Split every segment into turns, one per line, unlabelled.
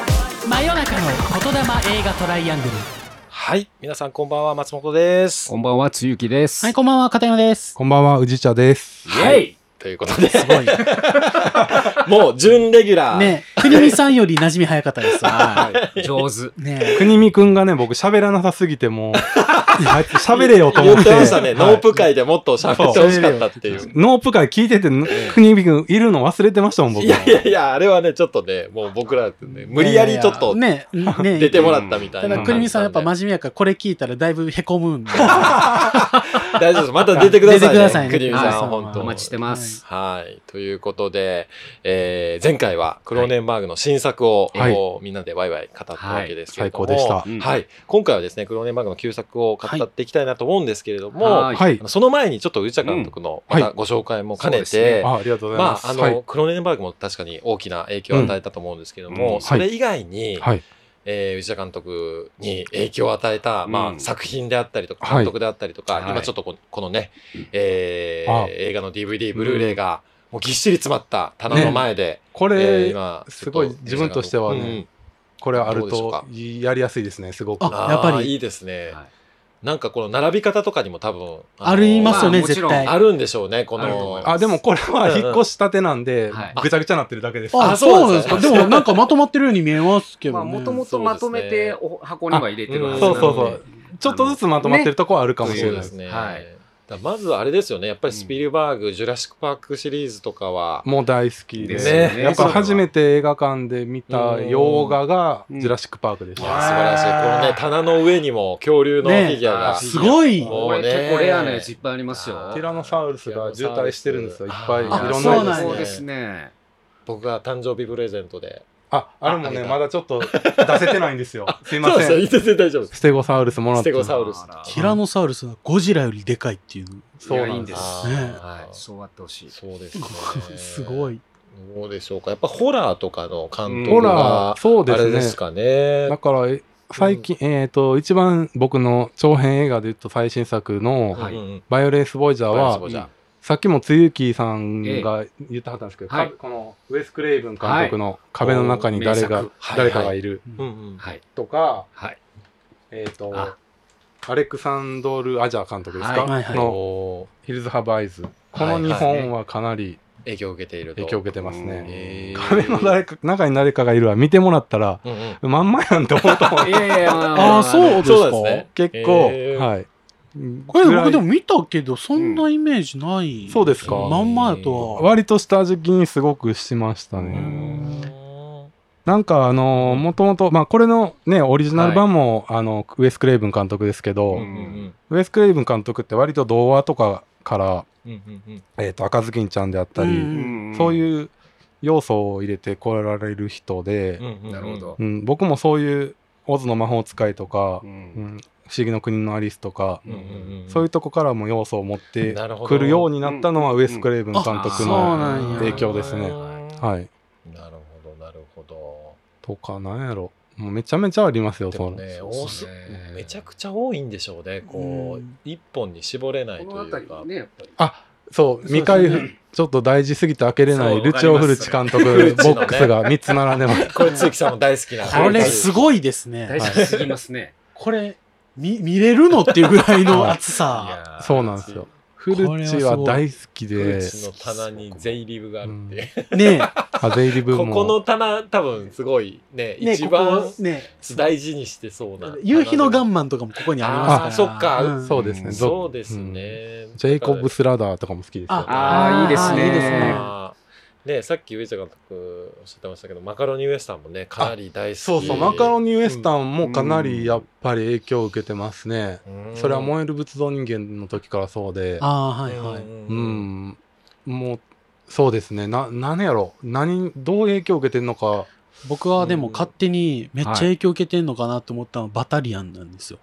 夜中の言霊映画トライアングル。
はい。皆さんこんばんは、松本です。
こんばんは、つゆきです。
はい、こんばんは、片山です。
こんばんは、宇治茶です。
イエイということで、
すごい。
もう準レギュラー。
ね、国見さんより馴染み早かったです。
はい。上手。
ね
国見くんがね、僕喋らなさすぎて もう、あいつ喋れよと思
言
っ。
っててましたね。
はい
ノープ界でもっと喋ってほしかったっていう。
ノープ会聞いてて、国見くんいるの忘れてましたもん、僕。
いやいやいや、あれはね、ちょっとね、もう僕ら、ね、無理やりちょっと
ね、ね、
出てもらったみた
た
いな。
だ、国見さんやっぱ真
マジ
面目やから、これ聞いたらだいぶへこむんで。
大丈夫です。また出てください、
出
ね。
てくださいね
国見
はい
さん、本当
お待ちしてます。
はい。ということで、えー前回はクローネンバーグの新作を、
はい
こうみんなでワイワイ語ったわけですけれ
最
ども、
高でした。
うん
はい。今回はですね、クローネンバーグの旧作を語っていきたいなと思うんですけれども、
は
はい
あのその前にちょっと宇治田監督のま
はい
たご紹介も兼ね
そうで
て、
すね
あありがとうございま。
ますあ、あの、
はい。
クローネンバーグも確かに大きな影響を与えたと思うんですけど
うん
も、
うん
それ以外に、
はい
えー内田監督に影響を与えた、
うん
まあ、作品であったりとか、
はい
監督であったりとか、
はい
今ちょっとここのね、えー
あ
映画の DVD、ブルーレイが、もうぎっしり詰まった棚の前で、
こ
えー
れ、
今ちょっと
すごい自分としてはね
うん
これあ
どう
る
でしょうか
と、やりやすいですね、すごく。
あ
あ
やっぱり
ーいいですね、
はい
なんかこの並び方とかにも多分
ありますよね、
まあ
絶
もちろ
対。
あるんでしょうねこ
あると思い
の
ます
あ、でもこれは引っ越したてなんで
はい、
ぐちゃぐちゃなってるだけです。
あそうなんですか
でも、なんかまとまってるように見えますけど
まあ、
ね。
もともとまとめてお箱には入れてるはずなの
そう
で。
そうそう。ちょっとずつまとまってるとこはあるかもしれ
そう
ないで
です
す。
ね、
はい
だからまずあれですよねやっぱりスピルバーグ、ジュラシック・パークシリーズとかは、
もう大好きで
ですすよね
やっぱ初めて映画館で見た洋画が「
うん
ジュラシック・パーク」でし
い
た、
や素晴らしいこのね棚の上にも恐竜のフィギュアが、
ね
すごい。
も
これ
うね
結構レアなやついっぱいありますよ。
ティラノサウルスが渋滞してるんですよいっぱいいろん
あ
なやつ
そうなんや
そうですね。
僕が誕生日プレゼントで
ああれも
ああ
ね
げた
まだちょっと出せてないんですよすいま
そう
せ
で
ん
すよ全然大丈夫です
ステゴサウルスもらっ
ステ
て
ゴサウルス
あら
ティラノサウルスがゴジラよりでかいっていう
そう
いや
ない
いん
ん
で
ですす
ね
はい。そうあってほしい。
そうです
の。
ね
すごい。
どうでしょうかやっぱホラーとかの監
うん
ホ
督
ラ
が
ーそう
あれ
で
ですす
ね
かね
だからえ最近、えっ、と一番僕の長編映画で言うと最新作の
はい
うんうんうん
「バイオレンス・ボイジャー
バイオレンス
は」
ボイジャー
うんさっきもつゆきさんが言ってはったんですけど、
はい
かこのウェス・クレイブン監督の壁の中に誰が、
名作はい
誰かがいる
うんうん
はい。
とか、
はい。
えっ、
あ
と、アレクサンドル・アジャー監督ですか、
はい
はいはい
の
おー
ヒルズ・ハブ・アイズ。この2本はかなり
影響を受けていると
影響を受けてますね。
えー
壁の誰か中に誰かがいるわ見てもらったら、
うんうん
まんまやんって思うと 思う
い。やいや、
ああ、そうです
そう
か
ですね
結構、
えー
はい。
これ
ぐらい
僕でも見たけど、そんなイメージない。
そうですか
まんまやとは。
割と下敷きにすごくしました
う
ね。
ん
なんかあのもともと、まあこれのね、オリジナル版も、あの、ウェス・クレイブン監督ですけど、
う
うんうん
ウェス・クレイブン監督って割と童話とかから、
うんうんうん
えっ、と、赤ずきんちゃんであったり、
うん
そう
う。
いう要素を入れてこられる人で、
うんうんうん
なるほど
う。ん僕もそういう「オズの魔法使い」とか、うん不思議の国のアリス」とか、
うんうんうん
そういうとこからも要素を持って
なるほど
くるようになったのはウェス・クレイブン監督
あそう
の、
なんや
影響ですね
は
はい、
いなるほどなるほど
とかなんやろもうめちゃめちゃありますよ
で
そ
も
の
ね
そう
多
そ
す
うね
めちゃくちゃ多いんでしょうねこ
う
うん一本に絞れない
ことのあた
いう
り
か
ね、やっぱり。
あそう未
そう
開
です
封ちょっと大事すぎて開けれな
そう
いルチオ・フルチ監督ボ
わかりますそれ
ックスが3つ並んでま す
これつゆきさんも大好きな
これす
い
ごいですね
大。好きすぎますね。
これ、見、見れるのっていうぐらいの厚
い
さ。
やー
そうなんですよフルチは大好き
う
で
ちの棚にゼイリブがあるって
ね
あゼイリブ
こ
も
この棚多分すごいね
え。ねえ
一
こ
番
こね
大事にしてそうな
夕日のガ
ン
ンマンとかもここにあり
あー
ます
そ
から。
っか
うん
そうですね、
うん
ど
そうですね
ジェイコブ・スラダーとかも好きですよ。
ああ、いいですね。
いいですね
あーねさっき上茶監督おっしゃってましたけどマカロニウエスタンもねかなり大好き
そうそう、マカロ
ニ
ニウエスタンもかなりやっぱり影響を受けてますね。それは
う
燃える仏像人間の時からそうで、
ああ、はいはい。
う
うん
ん、もう、そうですね、な、何やろ、何、どう影響を受けてんのか、
僕はでも勝手にめっちゃ影響受けてんのかなと思ったのはバタリアンなんですよ。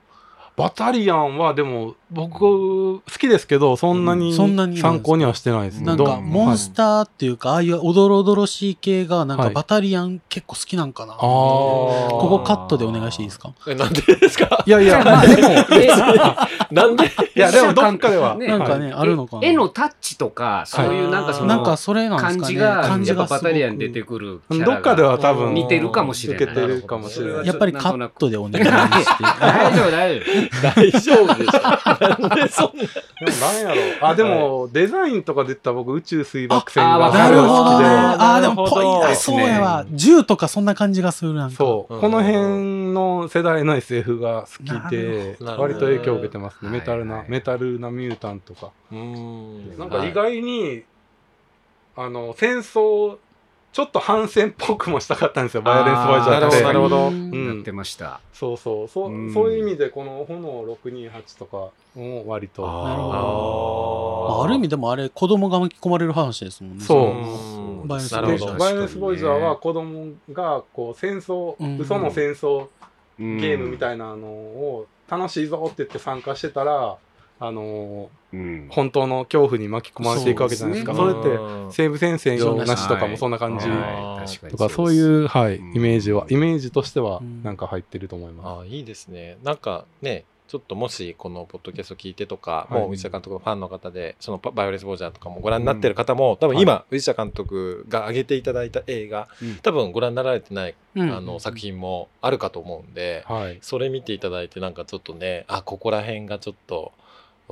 バタリアンはでも僕好きですけどそんな
う
に
んそんなに
参考にはしてないですね。
なん
ど
か
う
モンスターっていうか、ああいうおどろおどろしい系がなんか
はい
バタリアン結構好きなんかな、
あー
ここカットでお願いしていいですか
えなんでですか
いや いや、
まあ
でも、
え
なんで
いやでもどっかでは。
ね
なん
はい
かね、あるのかな
絵のタッチとか、そういうなんかその、
なんかそれなんです
感
かね
じが、
感
や
じ
っぱ
が
バ
す
タ
ご
リアンに出て
く
くるキャラ
どっかでは多分
似てるかもしれない
受けてるかもしれない。
それ
やっぱりカットでお願いして
大丈夫、大丈夫。
大丈夫でしょなんでそんな
でも何やろう。あ、でも、デザインとかで言ったら僕、宇宙水爆船
あ
が
わか
な
す
る
ご
ほ
い好
どね
きで。
ああでもぽい
なるほど
あそうやわ銃とかそんな感じがするなんか
そう、
うん
この辺の世代の SF が好き
な
で
る、
ほど
割と影響を受けてます
な
ね。
る
メ
ほど
タルな、
はいはい
メタルなミュータントとか。
うーん
なんか意外に、あの、戦争、ちょっと反戦っぽくもしたかったんですよ。バイオレンスバイジ
な
ャ
る
ー
ほ
って。
どなるほど
うん
うん
やってました。
そうそうそう、
うん
そういう意味でこの炎628とかも割と
あー
なるほ
ど
まあある意味でもあれ子供が巻き込まれる話ですもんね
そう
うん
バイオレンス
な
な
る
る
ほ
ほ
ど
ど
バイオレンスボイジャーは子供がこう戦争、
うん
嘘の戦争
ゲ
ゲームみたいなのを楽しいぞって言って参加してたら、あの
い
ー本当の恐怖に巻き込まれていくわけじゃないですか。そ
そう
うん
れって西武先生のなしとかもそんな感じ
はい確か
とか、そういう、はい、イ
うん
メージは、イメージとしては
うん
なんか入ってると思います。
あーいいですねなんかねちょっともしこのポッドキャスト聞いてとか、
はい
もう宇治田監督のファンの方でそのババイオレンス・ボージャーとかもご覧になってる方も、多分今、宇治田監督が挙げていただいた映画、
うん
多分ご覧になられてない、
うん
あの作品もあるかと思うんで、
はい。
それ見ていただいてなんかちょっとねあここら辺がちょっと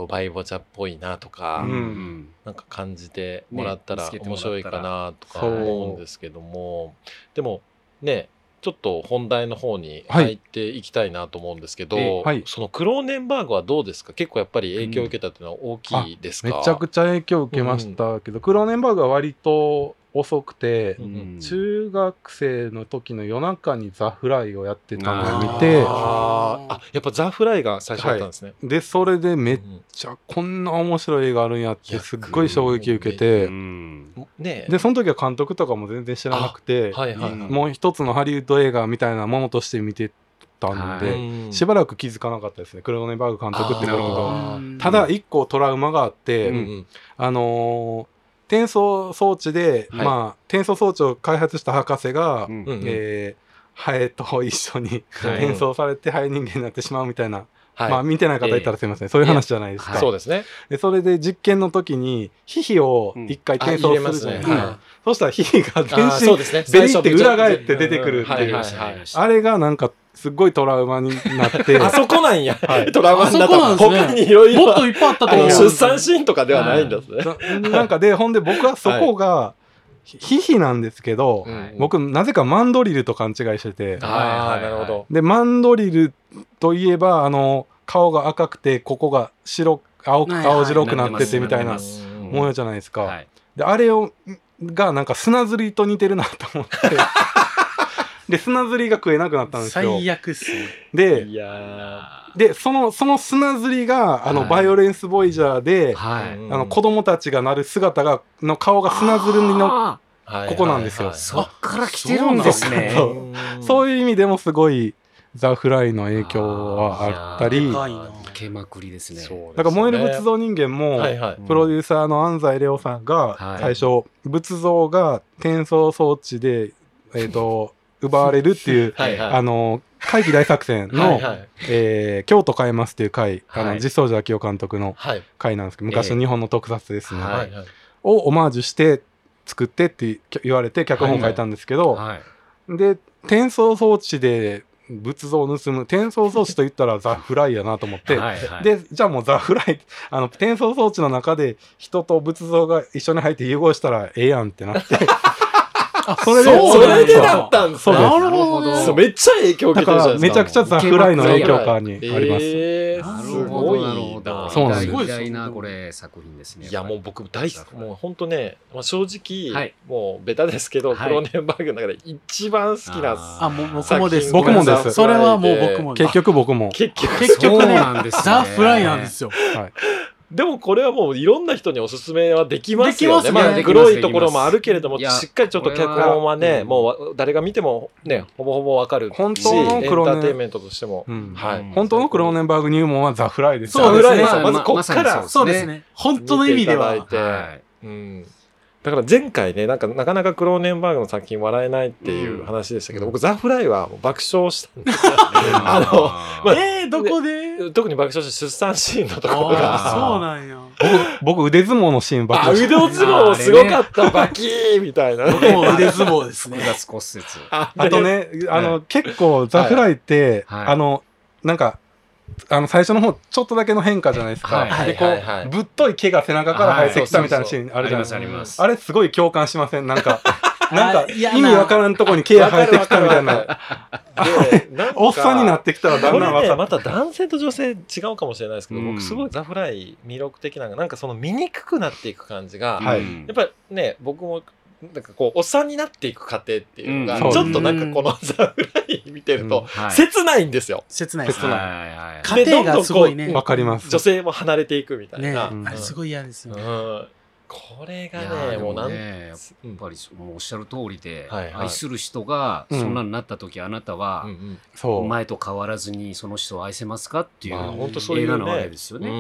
バイオボジャーっぽいなとか、
うん
なんか感じてもらったら
ね見つけても
面白
らったら
いかなとか
そう
思うんですけども、でもねちょっと本題の方に
はい
入っていきたいなと思うんですけど、
え
はい
そのクローネンバーグはどうですか結構やっぱり影響を受けたっていうのは大きいですか、
めちゃくちゃ影響を受けましたけど、クローネンバーグは割と遅くて、
うん
中学生の時の夜中にザ・フライをやってたのを見
ゃ
て
あーあやっぱザ・フライが最初だったんですね。
でそれでめ
め
っちゃこんな面白い映画あるんやってすっごい衝撃受けて、
ね
でその時は監督とかも全然知らなくて、
はいはいはい、
うん
もう一つのハリウッド映画みたいなものとして見てたん
う
で、
うん
しばらく気づかなかったですねクローネンバーグ監督って
あ
こ
ー
とが。
うん
ただ一個トラウマがあって、
うんうん
あのー転送装置で、
はい
まあ転送装置を開発した博士が、
うんうん
えーハエと一緒に
はい
転送されてハエ人間になってしまうみたいな、
はい
まあ見てない方いたらすいません、そういう話じゃないですか、
はい
そうですね。
でそれで実験の時にヒヒを一回転送するじゃないです
うんあ入れますね
か、
はい
そうしたらヒヒが
あ
全
ー
身
そうですね。
ベリって裏返って出てくるっていう
はいはいはい
あれがなんかすっごいトラウマになって
あそこなんや。
はい
トラウマになっ
あそこな
た。
んですね
他にいろいろ
もっ。といっぱいあったと
あ
思う
の出産シーンとかではないんですね。
ななんかでほんで僕はそこが、ヒヒなんですけど、
うん
僕なぜかマンドリルと勘違いしてて
あ
は
あ、
い
なるほど。
でマンドリルといえばあの顔が赤くてここが白く青く
はいはい
青白くなっててみたい
な
な
ってます
模様じゃないですか、であれをがなんか砂ずりと似てるなと思って で砂ずりが食えなくなったんですよ
最悪っすね
で
いや
でそのその砂ずりがあの、
はい
バイオレンス・ボイジャーで、
はい。
あの子供たちがなる姿がの顔が砂ずりの
あ
ここなんですよ
ーそっから来てるんですね。
そうそういう意味でもすごいザ・フライの影響はあったり
いやー
受けまくりですね。
だから「燃える仏
像
像人間も」
はいはい。
プロデューサーの安西レオさんが
はい
最初、仏像が転送装置で、えー、と奪われるっていう
はいはい。
あの怪奇大作戦の
はいはい
えー京都変えます」っていう回、あ
は
の
い
実相寺昭夫監督の
はい。
回なんですけど昔の日本の特撮ですね、
ええはい
はい。
をオマージュして作ってって言われて脚本書いたんですけど、
はい。
で転送装置で仏像を盗む転送装置と言ったらザ・フライやなと思って、
はいはい、
でじゃあもうザ・フライあの転送装置の中で人と仏像が一緒に入って融合したらええやんってなって それで
そう
それで
なんだ
だったんです
そうです
ね。
なるほどね
そうめっちゃ影響を受
だ
け
か
てるじゃないで
ら
すか。
めちゃくちゃザ・フライの影響下にあります、
ええ
な
す
るほ
ご
ど、なる
い
ほど。
な。
そうなんです
偉大なこれ作品ですね。
いやもう僕大好き
はい
もう本当ね、まあ、正直、
はい
もうベタですけど、
はい
クローネンバーグの中で一番好きな
あもう僕もです
僕もです
それはもう僕も
結局僕も、
結局
結
そう
局ね
なんですね
ザ・フライなんですよ
はい
でもこれはもういろんな人におすすめはできますよね。
できますね
まあ、
でき
ます
黒いところもあるけれども、
できます
しっかりちょっと脚本はね、もうわ誰が見てもね、ほぼほぼわかるし、
本当の黒
エ
ね
ンターテインメントとしても。
うん
は
う
い
ん。
本当のクローネンバーグ入門はザ・フライです
そうですね
ザフライさんまずこっから
さに
そうです。ね。本当の意味で
見てい
は。
ただいて
はい
うん、だから前回ねなんかなかなかクローネンバーグの作品笑えないっていう
うん
話でしたけど、僕ザ・フライはもう爆笑したんで
あ
まあ
えー、どこで
特に爆笑して出産シーンのところが
ああ、そうなんや。
僕腕相撲のシーンばっ
あ
かり
腕落ちもすごかった、バキーみたいなね、
僕も腕相撲です
の、
ね
複。雑骨折。
あ
あとねあの結構ザ・フライって、
はい
あのなんかあの最初の方ちょっとだけの変化じゃないですか、
はい
はい
でこう、
はいはい
ぶっとい毛が背中から生えてきたみたいなシーン
あ
ある
り
じゃ
ま
ないです
す
か、
あります。
あれすごい共感しませんなんかなんか
あ
意
嫌な
味わからんとこに毛生えてきたみた
わ
い
かる
な
でなんか
おっさんになってきたらだん
こ
だん
れ
分
ね、
かっ
また男性と女性違うかもしれないですけど、
うん
僕すごいザ・フライ魅力的なのがなんかその醜くなっていく感じが、
あはい
うん
やっぱりね僕もなんかこうおっさんになっていく過程っていうのが、
うん
ちょっとなんかこのザ・フライ見てると、
はい
切ないんですよ。
切ないです
切
ね
ない。
はいは
家
い
庭がすごいね。
で
わかります
女性も離れていくみたい
ね、
な、
うん
あれすごい嫌です
う
よね。
んこれが
い
ね
やーで
もうな
も
ん、
ねやっ
うん
ぱりそのおっしゃる通りで、
はいはい
愛する人が
うん
そんなになった時、あなたは
うんうん
そう
前と変わらずにその人を愛せますかっていう
まあ
ほん
本当そうい
映画
う
のわけで
ね
すよね。
う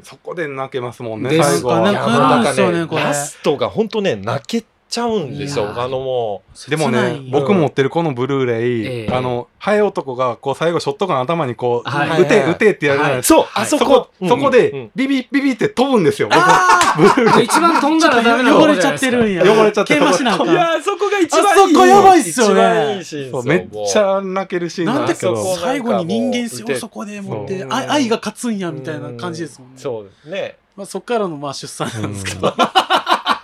ん
そこで泣けますもんね
です
最後
な
は
んか
いや
泣くんですよね
なんか
これ
ラストが本当ね泣けちゃうんです
い
よ
やー
他のも
でも
切な
ね
い、
僕持ってるこのブルーレイ、
ええ
あの、ハエ男が、こう、最後、ショットガン頭にこう、
はい
撃て、
はい
撃てってやるじゃないです
そ
か。
う
はい
あそ
そ
こ
こ、そこ
うんうん
で、ビビ、ビビって飛ぶんですよ、僕。ブ ルーレイ。
一番飛ん
ちょ
だ
っと
らダメな
汚れちゃってるんや。
汚れちゃっ
桂
てる
馬しなあ
い
かん
やーそこが一番いい
あそこやばいっすよね
一番いいシーンです
そ
よ
うめっちゃ泣けるシーン
な
なんん
で
ですけ
なんで
ど
そ、
最後に人間性
そう
をそこで持って
そう
愛愛が勝つんやみたいな感じですもんね。
そうですね
まあ、そこからのまあ出産なんですけ
う
ど。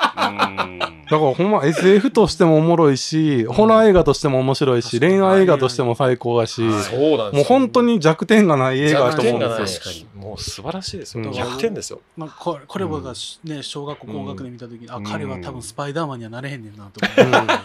だからほんま SF としてもおもろいし、ホラー映画としても面白いし、
確かに
恋愛映画としても最高だし、
はい
そうなんですよ
もう本当に弱点がない映画だと思う
弱点
ん
がな
で
い
すよ。
確か
もう素晴らしいですよ、
うん
100点ですよ
まあ、これこれ僕がしね、小学校高学年見た時に、あ、彼は多分スパイダーマンにはなれへんねんなと思っ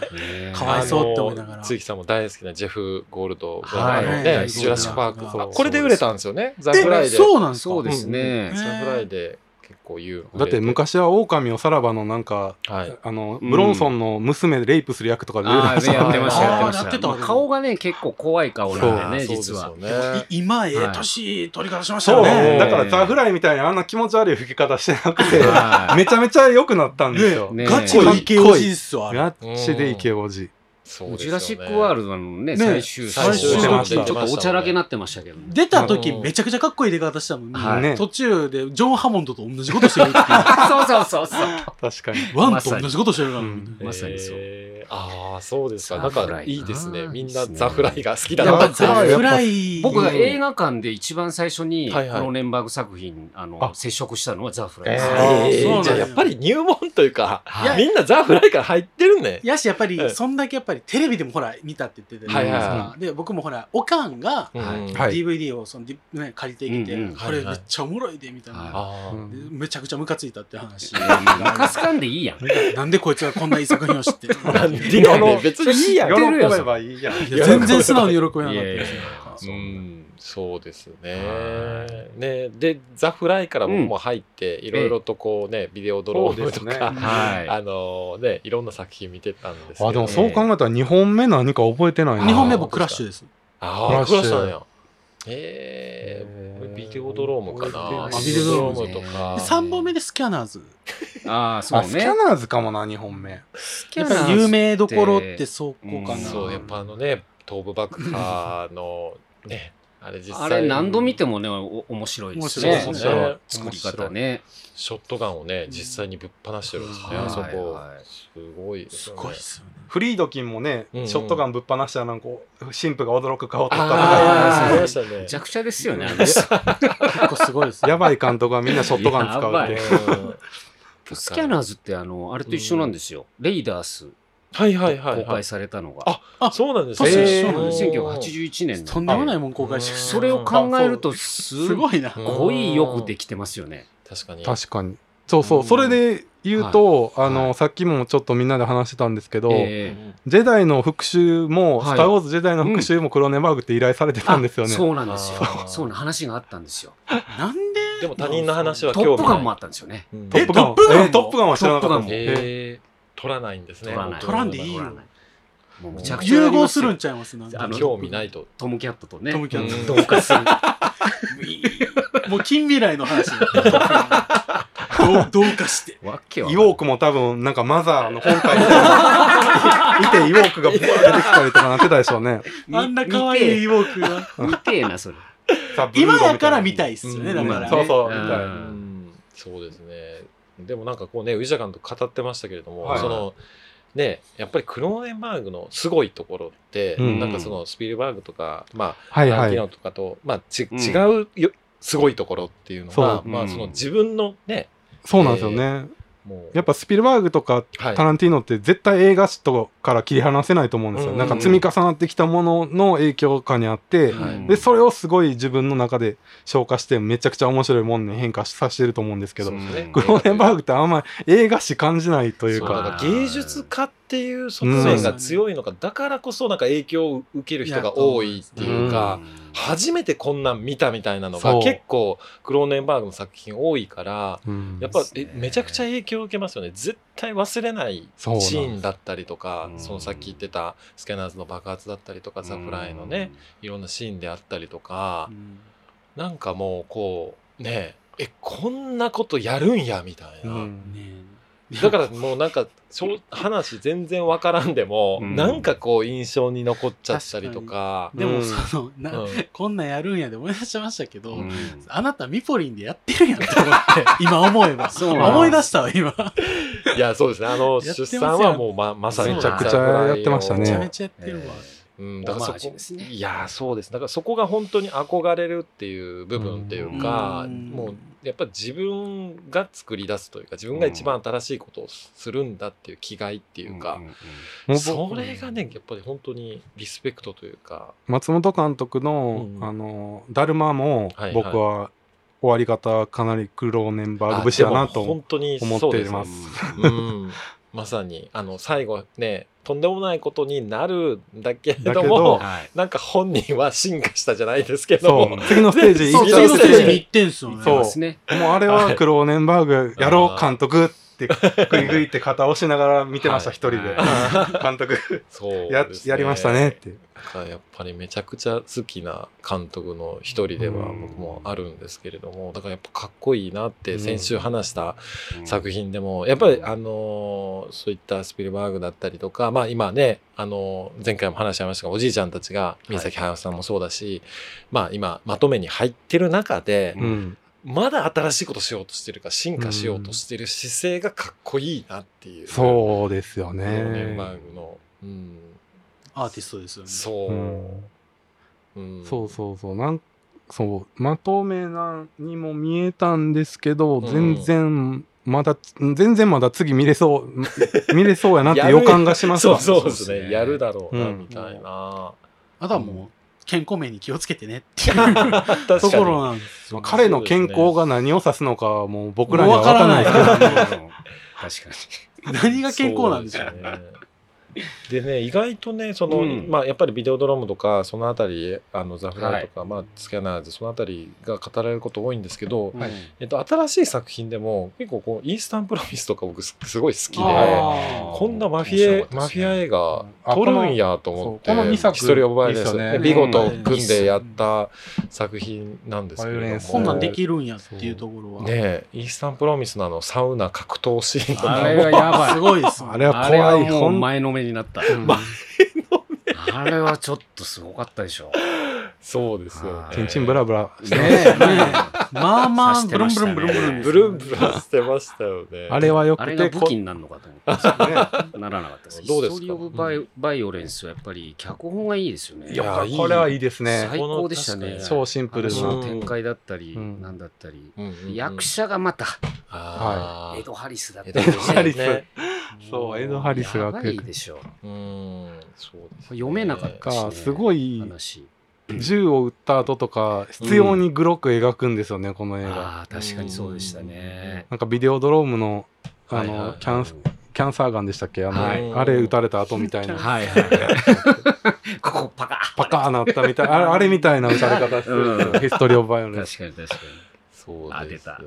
て。かわいそうって思いながら
あのつゆきさんも大好きなジェフ・ゴールドブ
は
ラ
い
の
は
ね
い
ジュラシック・パーク
そう
あこれで売れたんですよねザ・
え
フライで
そうなんですか
そうです
ね
ね。
ザ・フライで結構言う
だって昔は狼をさらばのなんか、
はい
あの、
うん
ブロンソンの娘レイプする役とかで出て
あ
ま
あ、
した
で
ね
やってました、やってまし
あーやって
た。
た
まあ顔がね、結構怖い顔なんでね、実は。
そうですよね
い今、ええ
はい
年取り方しました
そう、
よ
ね
ね。
だからザ・フライみたいにあんな気持ち悪い吹き方してなくて、
は
めちゃめちゃ良くなったんですよ。
ね
ガチのイケオジですよ、あれ。
ガチでイケオジ。
そう
い
です
ジ
よね
ュラシック・ワールドのね、
ね
最終
最
終
最
出ま
の
した
ちょっとおちゃらけなってましたけどね。
出た時めちゃくちゃかっこいい出方したのに、
はい
ね
途中でジョン・ハモンドと同じことしてるってい
そうそうそうそう。
確かに。
う。ワンと同じことしてるから、
まさに
みんな
まさにそう
えーああそうですか
ザ
なん
フラ
か
イない
いですねみん
いい
な
っすね
ザ・フライが好きだ
やっ
な
ぱ
って
ザ・フライ。
僕が映画館で一番最初に、こ
はいはい
のレンバーグ作品、あの、
あ
接触したのはザ・フライ
え
です。
あーそうなんや
ーじゃ あやっぱり入門というか
はい
みんなザ・フライから入ってるね
やし、やっぱ
ええ
り、そんだけやっぱりテレビでもほら、見たって言ってたじゃないです
はいはい
か。で、僕もほら、おかんが
うん
はい
はい
DVD をその、ね、借りてき
うんう
て
ん、
こ
は
れ
いは
め
い
っちゃおもろいで、みたいな。
あ
う
ー
ん
でめちゃくちゃムカついたって話。
中すかんでいいやん。
なんでこいつがこんな一作品を知ってるの
なん
い
でやねん別にいいやん
喜べ
ばいいやん。
や全然素直に喜べなかったです
いやいやい
よ
や。
う、
そうん
そうです
は
ね。ねで「ザ・フライからも
うん
もう入って、いろいろとこうねビデオドロームと
そう です
か、
ね
は
あのねいろんな作品見てたんですけど、
あ、でもそう考えたら2本目何か覚えてないな。
二本目僕クラッシュです。
ああク
ク
ラ
ラ
ッ
ッ
シ
シュ
ュなんやえー、ビデオドロームかな
あ
ビ
ビ
デ
デ
オ
オドロ
ドロー
ー
ム
ム
と
と
か
か
で三本目でスキャナーズ。
い。ああ、そ
あ、
う
スキャ
ね。
ナーズかもな、2本目。
スキ
やっぱり有名どころってそこ
うん
かな。
そうやっぱあのね東部バックカーのねあれ実際
あれ何度見てもね、お面白いですね。
面白いです
ね
その作り方ね。
ショットガンをね実際にぶっ放してるんですね、
うん
あそこ、
はいはい
すごいです
す
よね
ごいっすよね。
フリードキンもね、
う
シ
んうん
ョットガンぶっ放したらなんか、神父が驚く顔と
あ
か
ー。
あありましたね
弱者ですよね、あの人
う
結構すごいですね。
やばい監督はみんなショットガン使うって。
ん
スキャナーズって、あの、あれと一緒なんですよ。レイダース
はいはいはい、は
公
い
開、されたのが。
あそうなんですね
そう
そう
なんです
1981年
とんでもない
い。
もん公開してる。
それを考えると、す
す
ご
ごいな。
いよくできてますよね。
確かに
確かに。そうそう、それで言うと、
はい
あの、
はい
さっきもちょっとみんなで話してたんですけど、
う
ええ
ん
ジェダイの復讐も、
はい
スター・ウォーズ・ジェダイの復讐もクロネンバーグって依頼されてたんですよね。
そうなんです
あー
よ。そうな話があったんですよ。
なんで
でも他人の話は
ト
興味
ップ
な
ガ
い
ンもあったんですよね。
うん
トップガン
えトップガンも
えートップガンは知らなかったもん。
トップガンも
え
えー取らないんですね
取らない。
取らんでいいよ
取らなもうむちゃくちゃあ
融
りますよ
合するんちゃいますなん
あ
か
の
興味ないと
トムキャットとね。
トムキャッ
ト
同化する。
もう近未来の話 どうどうかして
わけ
ー
は。
イオークも多分、なんかマザーの本体にいて、イオークがブワー出てきたりとかなってたでしょうね。
あんな可愛いイ
い。
ウォークが
見てえな、それ。
さブルー
今
ロみたいな
やから見たいっすよね
う
だ
ん
からね
そうそう、み
うん
たい。
うんそうですね。でもなんかこうね、宇治田監督語ってましたけれども、
はい
その、ね、やっぱりクローネンバーグのすごいところって、
うん
なんかそのスピルバーグとか、まあ、
はい
タラン
は
ティー
い。
ノとかと、まあ、ち
うん
違うよ、すごいところっていうの
そ
が、
う
ま
う
あ、
ん
その自分のね、
そうなんですよね。
もう、
やっぱスピルバーグとか
はい
タランティーノって絶対映画史とから切り離せないと思うんですよ。
うん
なんか積み重なってきたものの影響下にあって、
は
う
い
ん
でそれをすごい自分の中で消化してめちゃくちゃ面白いもんに変化させてると思うんですけど
そうですね
クローネンバーグってあんまり映画史感じないという
そうだ
か
から芸術家っていう側面が強いのか、だからこそなんか影響を受ける人が多いっていうか、
ん、
初めてこんなん見たみたいなの
そ
が
う
結構クローネンバーグの作品多いから
うん
やっぱ
そう
え
ですね
めちゃくちゃ影響を受けますよね絶対忘れないシ
そうなんです
ーンだったりとか
うん
そのさっき言ってたスキャナーズの爆発だったりとかザ・フライのねいろんなシーンであったりとかなんかもうこうねえこんなことやるんやみたいな。
うん
だからもうなんかしょう話全然わからんでも、
うん
なんかこう印象に残っちゃったりとか
に
で
う
も
ん
そのな
うん
こんなんやるんやで思い出しましたけど、
うん
あなたミポリンでやってるやんって思って、今思えば。
そう
なんです
思い出したわ、今。
いや、そうですね。あの、
やって
出
ますよ
産はもうま、まさに。
めちゃくち
ゃやってましたね
めちゃめちゃやってるわ。
うん、だから
オマ
そ
ージュ
こ
で、すね
いや、そうです。だからそこが本当に憧れるっていう部分っていうか、
うん
もう、やっぱり自分が作り出すというか、自分が一番新しいことをするんだっていう気概っていうか、
もう
それがね、やっぱり本当にリスペクトというか、
松本監督の「
うん
あのダルマ」も
はいはい
僕は終わり方かなりクローネンバー
あ
グ節だな
でも
と
本当に
思
そ
っ
う
て
で
い
す
ます。
うんまさに、あの、最後ね、とんでもないことになるんだけれ
だ
ど
け
も
ど、
はい。
なんか本人は進化したじゃないですけど
そ
も
う、次のステージ
そう、
行っ
い
ち
次の
や
ゃうス
ステ
テ
ー
ージ
ジ
に
に行ってんすよね。
そうですね。
もうあれはクローネンバーグやろう監督ってグイグイって肩を押しながら見てました
は
一人で監督
そうですね
ややりましたねって
だからやっぱりめちゃくちゃ好きな監督の一人では
うん
僕もあるんですけれどもだからやっぱかっこいいなって先週話した作品でもやっぱりあのーそういったスピルバーグだったりとかまあ今ねあのー前回も話し合いましたがおじいちゃんたちが水崎駿さんもそうだしまあ今まとめに入ってる中で
うん
まだ新しいことしようとしてるか進化しようとしてる姿勢がかっこいいなっていう。
そうですよ
クローネン
ね
バーグの、うん、
アーティストですよね。
そうう、
ん
うん
そうそうそうなんそうまとめなにも見えたんですけど全然まだ全然まだ次見れそう見れそうや なって予感がします
そ
わ
うそうで
そ
す
うです
ね。
ね
やるだろうな、
うん
みたいな。
あとはもう、健康面に気をつけてねっていう
確かに
ところなんです。
まあ彼の健康が何を指すのかはもう僕らには分からない
もう
で
分
す
か
け
ら
ど
ない
確かに。
何が健康なんでしょう
そうね。でね、意外とね、その、
うん
まあ、やっぱりビデオドラムとか、そのあたり、あの、ザフライとか、まあ、スキャナーズ、そのあたりが語られること多いんですけど、
はい
えっと、新しい作品でも、結構こう、イースタンプロミスとか僕すすごい好きで、
あ
こんなマフィエ、マフィア映画、撮るんやと思って、
そうこの二作
ヒストリーオブバイオレンス
いいっすよね
ビゴと組んでやった作品なんですけれど
バイオレ
も
ンス
こんなんできるんやっていうところは。
ねえイースタンプロミスのあのサウナ格闘シーンとかも
あれはやばい
す。ごいですね
あれは
あれは
怖い
もう
本
前のめりになった。
ま
あれはちょっとすごかったでし ょ。
そうですよ、
あ
ね、
チンチンブラブラしてます
ねまあまあ、
刺し
ブ
て
ル
ま
ンブ
した
ル
ね
ンブルンブルン
ブルンブルンしてましたよね
あれはよ
あ
く
れ
て
が
こ
武器になるのかと思ったんですけ どね。ならなかったです。
どうですか
ストーリーオブバイ,、バイオレンスはやっぱり脚本がいいですよね。
いや
あこれはいいですね
最高でした
この
ね。
確かに
超シンプル
話
な
の展開だったり、
うん
なんだったり、
うんうんうん
役者がまた、
あー
エド・ハリスだった
エド
りね、
ハリス
エドハ
ね
そうエド・ハリス
や
が
ば
来
い
る
でしょ。
うんそうですね
読めなかったし、
か
ね。
すごい
話。
銃を撃った後とか必要にグロく描くんですよね、この映画
ああ、確かにそうでしたね。
なんかビデオドロームのあ
はいはい
の
はい
キャンスキャンサーガンでしたっけあの、
はい
あれ撃たれた後みたいな
はいはい。ここパカ
パカーなったみたいあれあれみたいな撃たれ方してる、
う ん
ヒストリー・オブ・バイオレンス
確かに確かに。
そうですね
あ。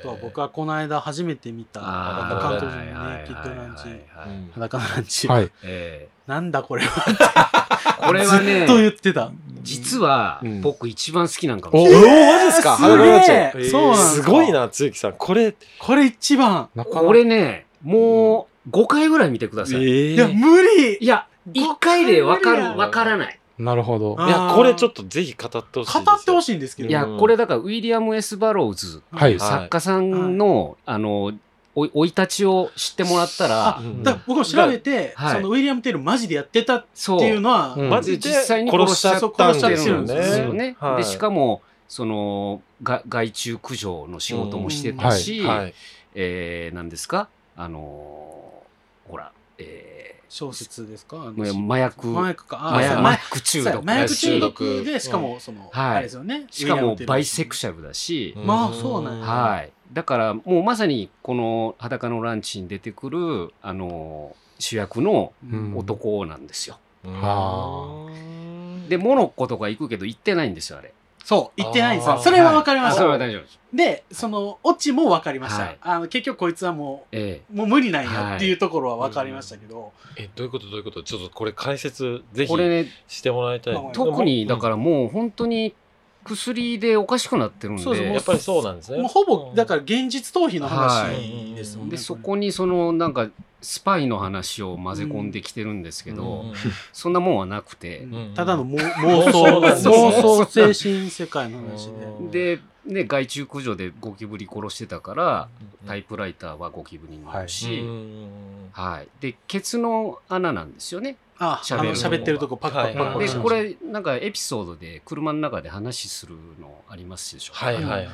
あとは僕はこの間初めて見た
あー
裸監督の
はい
ネイキッドランチ
はいはいは
う
い
ん
裸のランチ、
はい。
え
なんだこれは
えこれは
ずっと言
ね、
ってた
実は
うん
僕一番好きなんかも
お
し
お
れない。
マジですか
すげえ
裸眼鏡
そうなんだ
すごいな、つゆきさん。これ、
これ一番
なかなか
これね、もう5回ぐらい見てください。
いや無理
いや、1回でわか
五回ぐら
る、
い
わからない。
なるほど。
あ
いや、これちょっとぜひ語ってほしいですよ。
語ってほ
い。
しいんですけど
いや、
うん
これだからウィリアム・エス・バローズ
は
ってい。
いう
作家さんの、あの、お生い立ちを知ってもらったら
あ、だから僕も調べて、
はい
そのウィリアム・テールマジでやってたっ
そう。
ていうのは、
うん
マジで殺しちゃったんですよね。
殺しちゃってるん
ね
はい
でしかもそのが害虫駆除の仕事もしてたし、
はいはい
えー、なんですかあのーほら、え
小説ですかあ
ー、
の
麻薬
麻薬かあ
麻薬
そう
麻薬
そ
中
う
毒
麻
だ
薬中
し
毒でしかもその、
はい
あれですよね
しかもバイセク
シ
シャルだし、
んまあそうなんや
はい、だからもうまさにこの「裸のランチ」に出てくる、あのー主役の
うん
男なんですよ。
は
でモロッコとか行くけど行ってないんですよあれ。
そう言ってないんです
あ
よ
ー
それは分かりま
あ
し
そ
た、
れは大丈夫です。
でそのオチも分かりました、
はい
あの結局こいつはも
え
うもう無理なんやっていうところは分かりましたけど、
え、どういうことどういうことちょっとこれ解説ぜ
え
ひ
これね
してもらいたい。、
特にだかららもう本当に薬でおかしくなってるんで
そうそう
やっぱりそうなんですね。
もうほぼだから現実逃避の
は
話
い
ですもんね、
でそ
れ
こにそのなんかスパイの話を混ぜ込んできてるんですけど、
うん
そんなもんはなくて、
ん
ただの妄妄想
妄想
妄想精神世界の話で
うん
で、ね、害虫駆除でゴキブリ殺してたから
うん
タイプライターはゴキブリになる
う
し、
ん
はい
うん
でケツの穴なんですよね。
あ
喋
あ
る
の喋ってるとこパクパクパクパクし
で
ました
これなんかエピソードで車の中で話するのありますでしょうか
はいはいはい。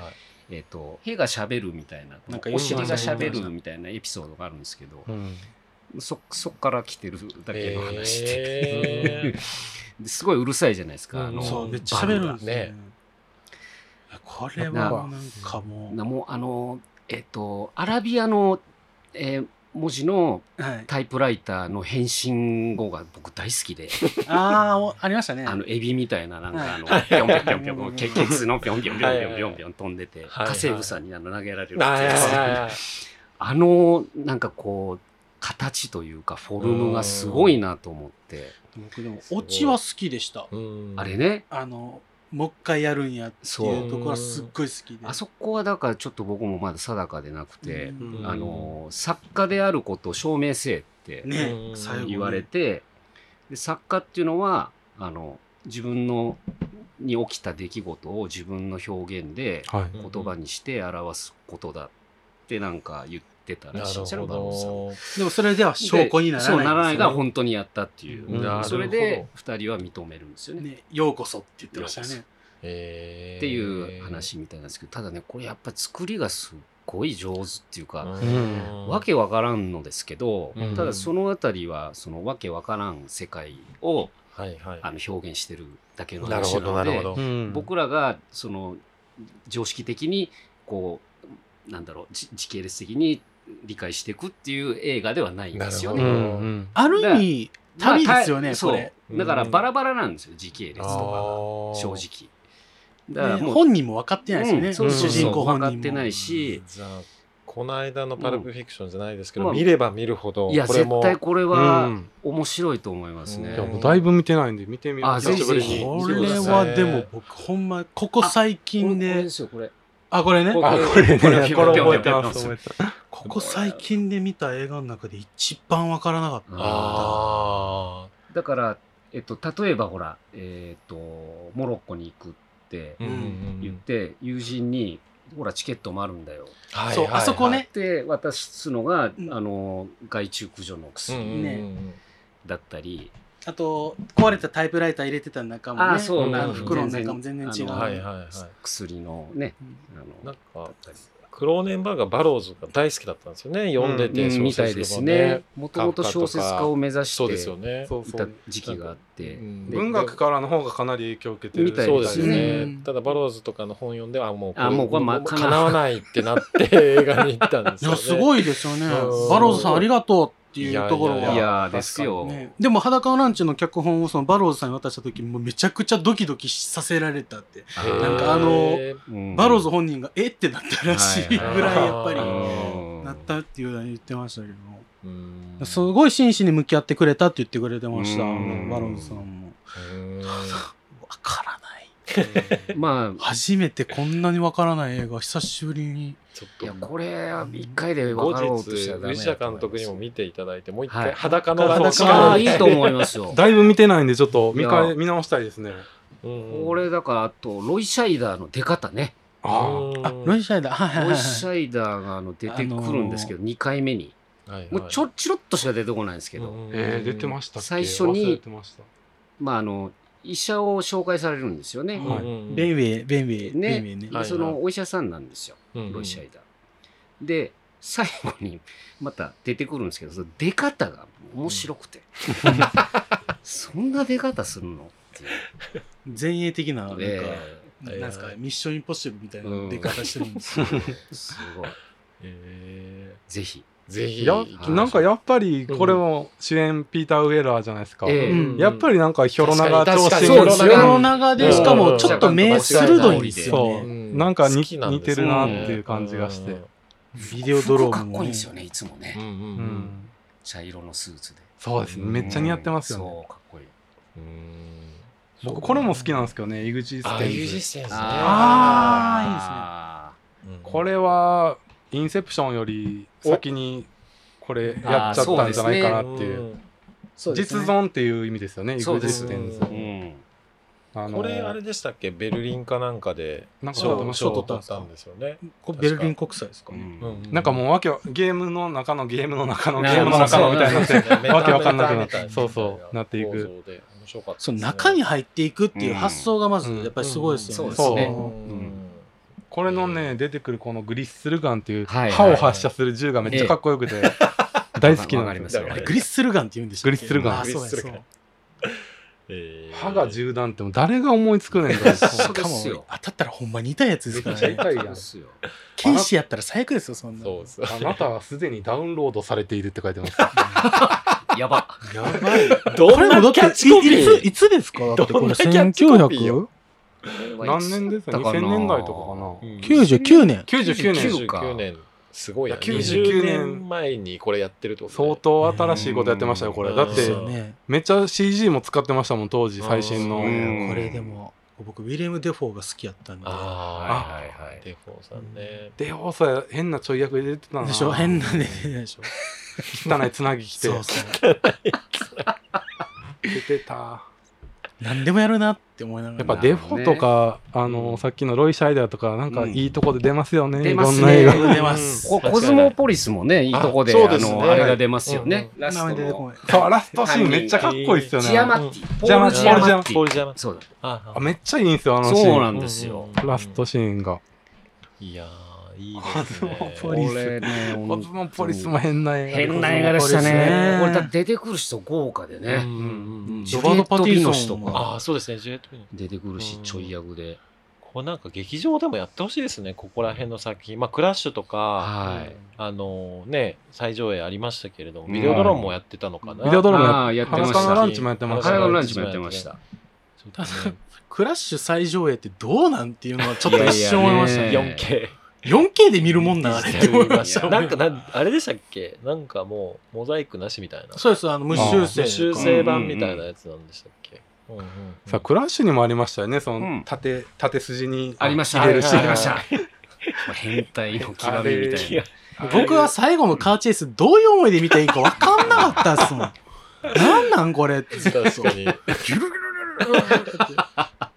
えっと屁がしゃべるみたいな
なんか
お尻がしゃべ
う
る
ん
みたいなエピソードがあるんですけど、
うん
そそっから来てるだけの話で、
えー
ですごいうるさいじゃないですか、あ
うん
の
そうめっちゃ喋るんです
バン
ね
ド
これはなんかも
なもうあのえっ、とアラビアの、えー文字の
う、はい、
タイプライターの変身語が僕大好き で、
ああありましたね
あのエビみたいななんかあの
はい
ぴょんぴょんぴょんぴょん血血のぴょんぴょんぴょんぴょんぴょんぴょん飛んでて、
はいはい
家政婦さんにあの投げられるって
はい
やつ
はいはいはい
あのなんかこう形というかフォルムがすごいなと思って、
僕でもオチは好きでした
うん
あれね
あのもう一回やるんやって
そ
いううところはすっごい好きで
あそこはだからちょっと僕もまだ定かでなくて、
うん
うん
あの作家であることを証明せえって
ね
うん
最後に
言われてで作家っていうのはあの自分のに起きた出来事を自分の表現で
はい。
うん
言葉にして表すことだってなんか言ってた
な
らしいんですよ
る
ねバロンさん
ほど。
でもそれでは証拠にならない
そうならないが
んで
本当にやったっていう、
うんなるほど
それで2人は認めるんですよ
す
ね
よねねようこそって言ってましたよね
えー
っていう。話みたいなんですけどただねこれやっぱ作りがすっごい上手っていうか、
ん
わけわからんのですけど、
うん
ただそのあたりはそのわけわからん世界を
はいはい。
あの表現してるだけの
なるほ
話な
ど
の
なる
で
ほど。
僕らがその常識的にこうなんだろうじ時系列的に理解していくっていう映画ではないんですよ
う
なる
ね。
んうん
ある意味
まあ
旅ですよね
た
これ
そうだからバラバラなんですよ時系列とかが
あー
正直。だから
ね
もう、
本人も分かってないですよ
う
ね
ん
主
そうそうそう
人公本
分かっ
人
てな
も
いし
じゃあこの間のパルプフィクションじゃないですけど、
うん
見れば見るほど
いや
これ
絶
も
対これ
う
は
ん
面白いと思います
う
ね
いや。
ん
もうだいぶ見てないんで見てみよう。
あぜひぜひ
久しぶり
こ
見てく
に
れ
だ
は
さ
い
でも僕ほんまここ最近
これ
で
ですよこれ。
あこれね
こ
あ、これね。これ覚えてます。覚えてます
ここ最近で見た映画の中で一番分からなかった
あ
だから、えっと、例えばほら、えっと、モロッコに行くって
ー、うんうんう
言っ
ん
て、友人に、ほら、チケットもあるんだよ。
はい
そう
はいはい
あそこね
で、渡すのが、
ん
あの、害虫駆除
う
の
んうん
薬
うん
ね
だったり、
あと壊れたタイプライター入れてた中もね
ああ、そ
う
う、
ん
なんか
袋
の中も全然違う
あの
はいはいはい
薬のね、あ
な
の
ん、
だ
か
ったり。
クローネンバーガーバローズが大好きだったんですよね読んでて、
うんみたい
小説
です
とか
ね。もともと小説家を目指し
そうですよ
て
ね
そう
い
そ
た
う。
時期があって、
うん
で
文学からの方がかなり影響を受けてる
みたい
そう
で
です
す
よ
ね
ね、
うん
ただバローズとかの本読んではもう
あもうこれま
かなわないってなって映画に行ったんです
い
よ、
や
ね、
すごいですよね
うん
バローズさんありがとうっていうところ
いや
は。
い
い
やーですよ。
ね、でも「裸のランチ」の脚本をそのバローズさんに渡した時もうめちゃくちゃドキドキさせられたって、
へ
あー
ー
なんかあの
うん
バローズ本人が「えっ?」てなったらしいぐ
は
らいやっぱ
う
り
はは
ん
なったっていうのは言ってましたけども
うん
すごい真摯に向き合ってくれたって言ってくれてました
うん
バローズさんも。
うん
わからない
まあ、
初めてこんなにわからない映画久しぶりに
ちょっ
い
と
や、これは一回で分
後
かろうとし
日
たらダメ
藤
だ
田
と思
監
います
督にも見ていただいてもう一
は
回
い
裸のランチ
あ
か
あ、
ら
いいと思いま すよ。
だいぶ見てないんで、ちょっと見
い
か
や
見直したいですね。
これだから、あと、ロイ・シャイダーの出方ね。
あ
あロイシャイだはいはい
ロ
は
イ・
い
シャイダーがあの出てくるんですけど、2回目に。もうちょ
っ
っちょろっとしか出てこないんですけど、
あ。えー、出てましたっけ
最初に
忘れてました。
まあ、あの、医者を紹介されるんですよね。
はい
ベンウェイベンウェイ
ね
ベンウェイね
で
はい
そのお医者さんなんですよ、ロイ・シャイダー。で、最後にまた出てくるんですけど、その出方が面白くて。 そんな出方するのっていう。
前衛的ななんか
え
な
え
んですかミッションインポッシブルみたいな出方してるんですよ
えすごい。
え
ぜ
ー
ひ。
ぜひ
いや
は、い
なんかやっぱり、これも主演ピーター・ウェラーじゃないですか。
ええ
うん
やっぱりなんかひょろ長
確
調
か
子
に
に
確かに
そ
世
う
の中で、しかもちょっと目鋭いんですよ
そ
ね。
うなんかに似てるなっていう感じがして、
ビデオドローム
服か
も
っこいいんですよね、いつもね。
うん
茶色のスーツで。
そうですねめっちゃ似合ってますよね、
そう、かっこいい。
僕これも好きなんですけどね井口ス
あ
テ
あ
イ
ユ
ズ
ジステンスね
あ
これはインセプションより先にこれやっちゃったんじゃないかなっていう
そうです
実
ね
存っていう意味ですよね井
そう
口
で
ス
す
テイズ
うん
うん。
あの
これあれでしたっけベルリンかなんかで
なんか
賞
そう
賞取ったんですよね
これベルリン国際ですか
う
ね。
ん
なんかもうわけわゲームの中のゲームの中のゲ
な
ームの中のみたいになって
そうそうそう
わけわかんなくなっ
メタメタ
てそうそうなっていく
構造で面白かったです
そ
ね
の中に入っていくっていう発想がまずやっぱりすごいですよ
うん
ね。
そうで
う
すね
の
ん
これのね出てくるこのグリッスルガンっていう
はい
歯を発射する銃がめっちゃかっこよ くて大好き
わ
な
かり
んで
ますす
よ
だ
よ。
あ
か
れ
ら
グリッスルガンって言うんでしたっけ
グリッスルガン
あ、そうやそ
グリッスルガン
う。
えー
歯が銃弾ってもう誰が思いつくねんと
そう
し
で
か
す
も
よ。
当たったらほんまに痛いやつですから
めっ
ね
ち。ゃ痛いやん
ですよ。
剣士やったら最悪ですよ、そんなの。
そうです
あなたはすでにダウンロードされているって書 いてます。
やば。
やばい。
ど
これもだって、いいつ
ー
いつですかだってこれ
どんなキャッチコピー
1999?
よ
何年ですか ?2000 年代とかかな。
99年。
99年。
か
99年すごいな
99年
20年前にこれやってるってこと
相当新しいことやってましたよ、これ。だっ
です
て、
よね。
めっちゃ CG も使ってましたもん、当時、最新
う
の。
ん
これでも、僕、ウィレム・デフォーが好きやったんで。
あ
はい
あ
はいはい
デフォーさんね
で、ほさ、変なちょい役で出てたな。
でしょ変なねでしょ
汚いつなぎ着て。
そうそう。
出てた。
何でもやるなって思いながら。
やっぱデフォとか、あ
う
の、
ん
さっきのロイ・シャイダーとか、なんか
うん
いいとこで出ますよね。
出
い
ま
ろ
すね
んな映画。
出ます。
こコズモポリスもね、いいとこで、
あそう
あ
ですね
の、あれが出ますよね。ラス
名前
ト
出てこ
の。
ない。
そう、ラストシーンめっちゃかっこいいっすよね。
ジアマッティ。ポ
ジアマ
ー
ッ
ル・
ティ
ジアマッテ
ポー
ィ。
ルジャマ
そう
あ
あめっちゃいいんすよ、あ
だ。
のシーン。
そうなんですよ。
ラストシーンが。
いやーいいですね
コズモ
こ
ポリス
れね、
コズモポリスも変な映画で
変な映画でした
コズ
ね。こ
モポリスね
れだって出てくる人豪華で
うん
ね。
うんうん
ジュリエット・ビノシ
ロ
と
バートパティンソンも
か
ああそうですねジュエット・ピン
出てくるし、ちょい役で。
こうなんか劇場でもやってほしいですねここら辺の作品まあクラッシュとか、
はい
あのね最上映ありましたけれどもビデオドローンもやってたのかな、
ビデオドローン
あーや
もや
っ
ってて
まし
ましたた。裸のランチもやってまし
ハ
た
裸
ラの
の
ラ
ラ
ン
ン
チ
チ
も
もやって
やっ
て
ま
ま
し
したた。ちょっとね
クラッシュ最上映ってどうなんっていうのはちょっと
いや
一
いや
瞬思いましたね。
ね
4K
4K で見るもんな、あれって思いました。
い や
なんかなあれでしたっけなんかもうモザイクなしみたいな
そうです、あの、無修正。
無修正版みたいなやつなんでしたっけ、うんうんうん
さあクラッシュにもありましたよね、そ
うん
の縦,、縦筋に
ありました。
入れるシーン
ありました。変態の極みみたいな。
僕は最後のカーチェイス、どういう思いで見ていいか分かんなかったっすもん。なんなんこれって。
確かに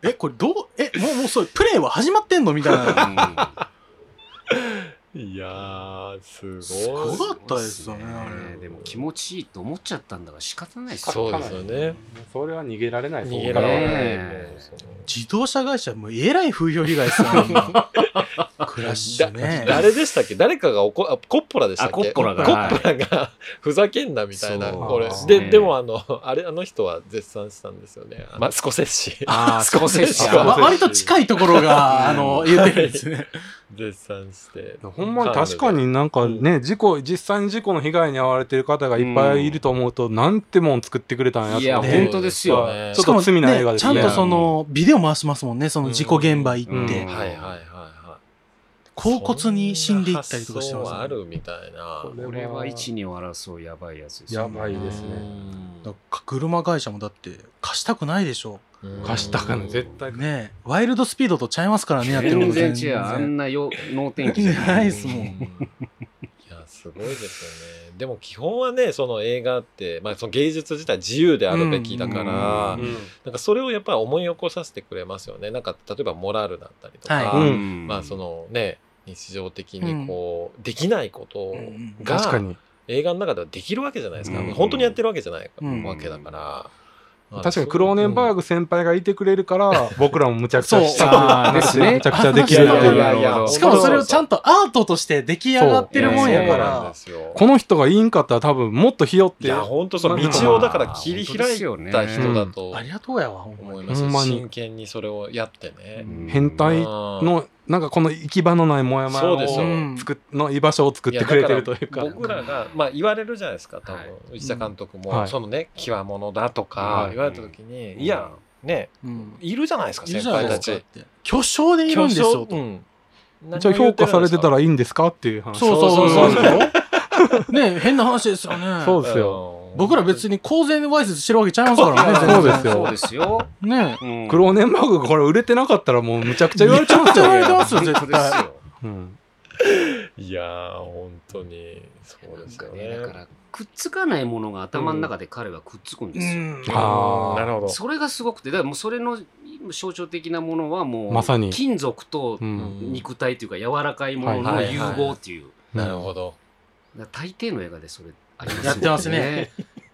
え、これどう、え、もう、もうそれ、プレイは始まってんのみたいな。
いやーすごい
すごいかったですよねあれ
でも気持ちいいと思っちゃったんだから仕方ないです
そうですよね
それは逃げられない
逃げられない、
ね
もうその
自動車会社、もうえらい風評被害っすよね。クラッシュね。
誰でしたっけ誰かがおこあコッポラでしたっけ
あコッポラが
が ふざけんなみたいな
そう
これ
そう
で
ね
でもあのあれあの人は絶賛したんですよねあのスコセッ シ
ああ、少し
スコセッシ
わ
は
割と近いところが、あの、言ってるん ですね。
絶賛して
ほんまに確かになんかね、事故、実際に事故の被害に遭われてる方がいっぱいいると思うと、なんてもん作ってくれたんや
いや、
ね
本当ですよ。
ね
ちょっと罪な映画ですね
しかもちゃんとその、ビデオ回しますもんね、その事故現場行
う
っ
んはい
て。
はいはいはい
甲骨に死んでいったりとかしてます
そんな発想
よ
は
ね
あるみたいな
こ
これは一二を争うやばいやつです
やばいですね
だから車会社もだって、貸したくないでしょ。
うん
貸したから絶対ね。
ねえワイルドスピードとちゃいますからね、やってるこ
全
と
然違う。あんなよ能天気じゃ
な
ないい。
っすもん
ういやすごいですよねでも基本はねその映画って、まあ、その芸術自体自由であるべきだから、
うん
なんかそれをやっぱり思い起こさせてくれますよねなんか例えばモラルだったりとか、
はい
うん
まあそ、のね日常的にこう、できないこと
うん
が
確かに。
映画の中ではできるわけじゃないですか、
うん
本当にやってるわけじゃない、
うん
わけだから、
確かにクローネンバー
グ
グ先輩がいてくれるから、僕らもむちゃくちゃした
そう
あーですね
むちゃくちゃできるって
い
い
や
う。
いやいや
しかもそれをちゃ
と
んとアートとして出来上がってるもんやか
いやそうなん
ら
で。すよ
この人がいいんかったら多分もっとひよっ
い
て。
や本当その道をだから切り開いた人だと
ありがとうやわ、ほんま
思
に。
いま
ほ
す
んまに
真剣にそれをやってね
変態
の
の、なんかこの行き場のないモヤモヤ
そうですよ
を作っの居場所を作ってくれてるというか。
僕らがまあ言われるじゃないですか多
はい
分内田監督
は
も
い
そのね「際物だ」とか
はい
言われた時
う
に
ん
いやね
うん
いるじゃないですか
いる
先
じゃない
輩
で
た
すかっ
ち
て。巨匠でいるんですよ、
う
と。
ん何を
じゃあ評価されてた
言っ
らいいんですかっていう話。
そうそうそうそう。ねえ変な話ですよね。
そう
てるんですか
ですよ
うん
僕ら別に公然わいせつしてるわけちゃいますからね、
そうです
全然
よ
そうですよ。
ねえ
クローネンバーグがこれ売れてなかったらもうむちゃくちゃ言われちゃう
めちゃくちゃ言われてますよ
本当
絶対
ですよ
うん。
いやー本当にそう
な
で
ん
す
か
よ
ね
ね
だからくっつかないものが頭の中で彼はくっつくんですよ。
うん
あー
なるほど
それがすごくてだからもうそれの象徴的なものはもう
まさに
金属と
うん。
肉体というか柔らかいものの融合っていう。
なるほど
だから大抵の映画でそれありますよ
やってますね。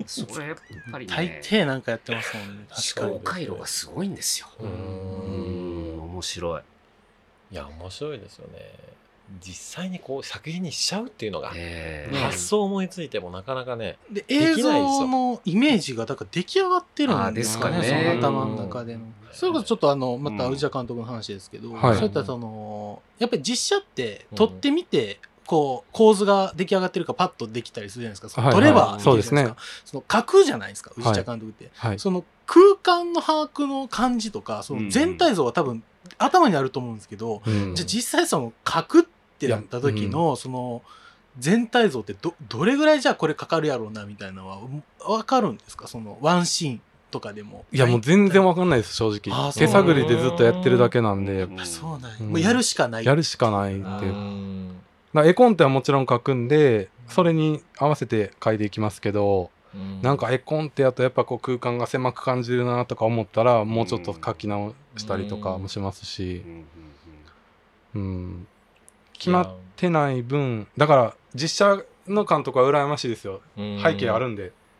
それやっぱりね。
大抵なんかやってますもんね。確か
思
に
考。回路がすごいんですよ。
う
うんん、面白い。
いや面白いですよね実際にこう作品にしちゃうっていうのが
ええ
ね
発想思いついてもなかなかね
で、
ないで
映
すよ
像のイメージが、だから出来上がってる
あー
ん
で
ですす
か
か
ね
ね、その頭の中での
うん。
それこそちょっとあの、また
うん
宇治田監督の話ですけど、
はい
そういったその、やっぱり実写って撮ってみて、こう、構図が出来上がってるかパッとできたりするじゃないですか。その
はい
撮れば、
そうですね
いいじゃないか。その架空じゃないですか、宇治
は
田
い
監督って。
はい。
その空間の把握の感じとか、その全体像は多分頭にあると思うんですけど、
うん
じゃあ実際その書くってなった時のその全体像ってどどれぐらいじゃあこれかかるやろうなみたいなのは分かるんですかそのワンシーンとかでも。
いやもう全然わかんないです正
あ
直
ー
手探りでずっとやってるだけなんで
やっぱそうなんや、
うん
もうやるしかない。
やるしかないっていう
う
だ
ん
うん
から絵コンテはもちろん書くんでそれに合わせて書いていきますけどなんか絵コンテやとやっぱこう空間が狭く感じるなとか思ったらもうちょっと書き直したりとかもしますし
うんうんうん
うん決まってない分だから実写の監督は羨ましいですよ背景あるんで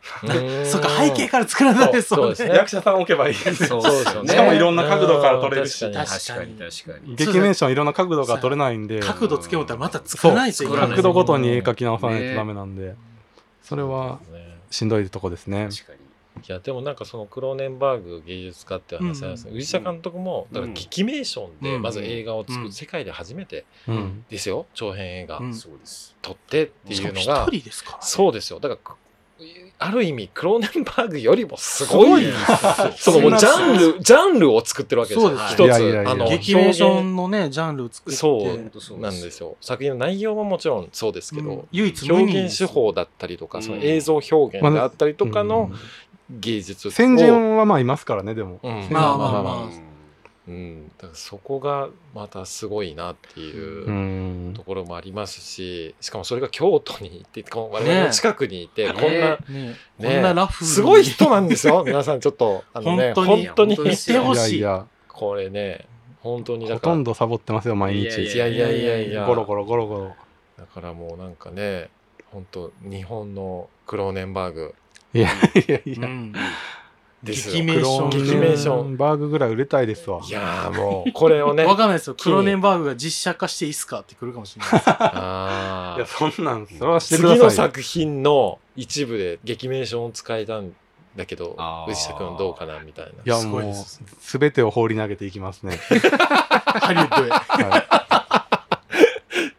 そっか背景から作らないですもんね。
そうそうですね
役者さん置けばいいです
そう
そうで
で
すすよ
よね。
ね
しかもいろんな角度から撮れるし
うん確か
確かに確かに。
劇名称いろんな角度が取れないんで
角度つけようとまた作らないといけない。
そう
角度ごとに絵描き直さないとダメなんで、それは
にね
しんどいとこですね。
確かに。
いやでもなんかそのクローネンバーグ芸術家っていう話なんですけど宇治田監督もだから劇名ションで
うん
まず映画を作
う
る
ん
世界で初めて
うん。
ですよ長編映画
うん
そうです。
撮ってって
し
い
か
う
も
の
一
が
人ですからね。
そうですよ。だからく、ある意味、クローネンバーグよりもすごい、そのもうジャンル、ジャンルを作ってるわけですよ。一
そう
ですいやいやい
つ、
や
あの、
劇名ショ
表現
ンのねジャンルを作って。
そう
当そうです
なんですよ。作品の内容ももちろんそうですけ
うん
ど、
唯一無二
表現手法だったりと
う
か、
ん
その映像表現だったりとか
う
の
ん
芸術を。
先人はまあいますからね、でも。
うん
先人
ま
は
あまあまあ
まあ
うん。だからそこがまたすごいなっていう。
うん
ところもありますし、しかもそれが京都に行って、こう我々の近くにいて、
ね
こんな
ね
ねこ
ね
んなラフに
すごい人なんですよ。 皆さんちょっと、あのね、
本当に
本当に
本当で
し
す
て
よ
ほ
いや
し
い
い。
や、
これね、本当にだ
ほ
か
と
ら
ん、どサボってますよ、毎
い
い
日。
やいやいやいや、
ゴロゴロゴロゴロ。
だからもうなんかね、本当日本のクローネンバーグ、
いやいやいや。
うん
です
激
よ。
メーション
激メーション。
バーグぐらい売れたいですわ
いやーもう、これをね。
わかんないですよ。
機に
クロネンバーグが実写化していいっすかってくるかもしれないです。
あー
いやそんなんそれはしてください
次
よ
の作品の一部で激メーションを使えたんだけど
あ、ー
藤田君どうかなみたいな。
いや
す
も
ごいで
う
す
すべてを放り投げていきますね、
ハリウッドへ。
はい、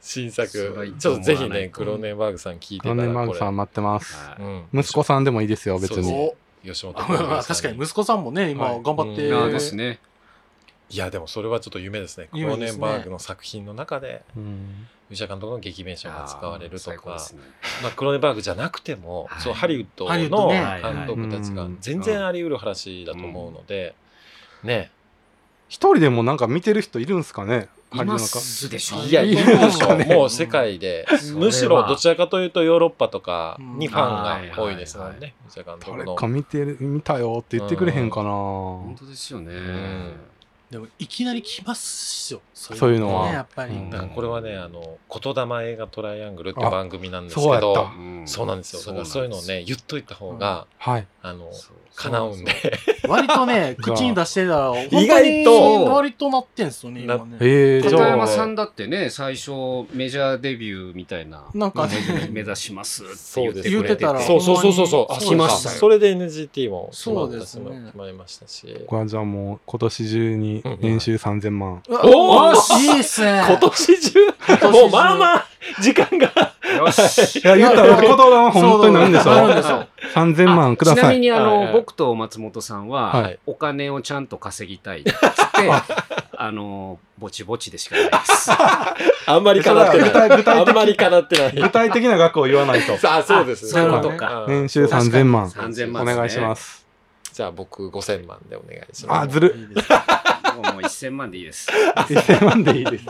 新作。
それはいい
ちょっとぜひ
と思わな
ね、
い
クロネンバーグさん聞いてたら
クロ
これ。
ネンバーグさん待ってます
はい
うん。
息子さんでもいいですよ別
そう
に
そ
お
う吉本興業
まあ 確かに息子さんもね、今
はい
頑張って。
うん
あ
あ
あですね。
いや、でもそれはちょっと夢ですね。ク
夢
ロ
ですね
ネンバーグの作品の中で、
うん
藤田監督の激メーションが使われると
最高で
か
す、ね
まあ、クロネンバーグじゃなくても、
はい
そうハリウッド
ハリウッ
の
ドね
監督たちが
うん
全然あり得る話だと思うので、ね。
一人でもなんか見てる人いるんすかね
い
の
ますでしょ
いや、いる
いる
で
で
し
し
ょ。
ょ
もう世界で
それ。は
むしろどちらかというとヨーロッパとかにファ
うん
ンが多いですも
は
ん
いは
ね。藤田監督
誰
の。
か見てる見たよって言ってくれへんかな、
本当ですよね。
ん
でもいきなり来ますよ。そ
そういうのは
ね、やっぱり。
うん
なんかこれはね、あの、言霊映画トライアングルって
あ
番組なんですけ
そうやっ
ど、
た
うん
そうなんですよ。だからそういうのをね、言っといた方が、
はい
あの、
そう
叶うんで。
割とね、
じゃあ
口に出してたら、本
意
当
外
に
と
割となってんすよね、今ね。
えー、じ
片
ゃ
山
あ
さんだってね、最初メジャーデビューみたいな、
なんかね
目指しますって
そ
言
う
って
で
く
す
れ
ね
言ってたら
そうそうそうそうそう。あ
そう
です
そうかそれで NGT も決ま
そ
っ
う
た
ですね
決まりましたし。
僕はじゃあもう今年中に年収3000万、
うわ
お
おー
ー
いいっすね。
今年中、
中
もうまあまあ、時間が。
よし
いや、言ったら、言霊は本当になるんでし
そうな
ょ
るんですよ。
?3000 万くだ
ちな
さ
み
い。
にあの、
はいはい
僕と松本さんは、
はい
お金をちゃんと稼ぎたいっつって、 あの、ぼちぼちでしかない です。
あんまり叶って
具
ない。
体具
あ
体
んま
的
り叶ってない。
具体的な額を言わないと。
さあ、そうですね。
そう
いうこと
か
うん
年収3000万。
3000万、
お願いしますす。
じゃあ僕5000万でお願いし
あ、
ます。
ずる。
いいですね
ね。もうもう1000万でいいです。
1000万でいいです。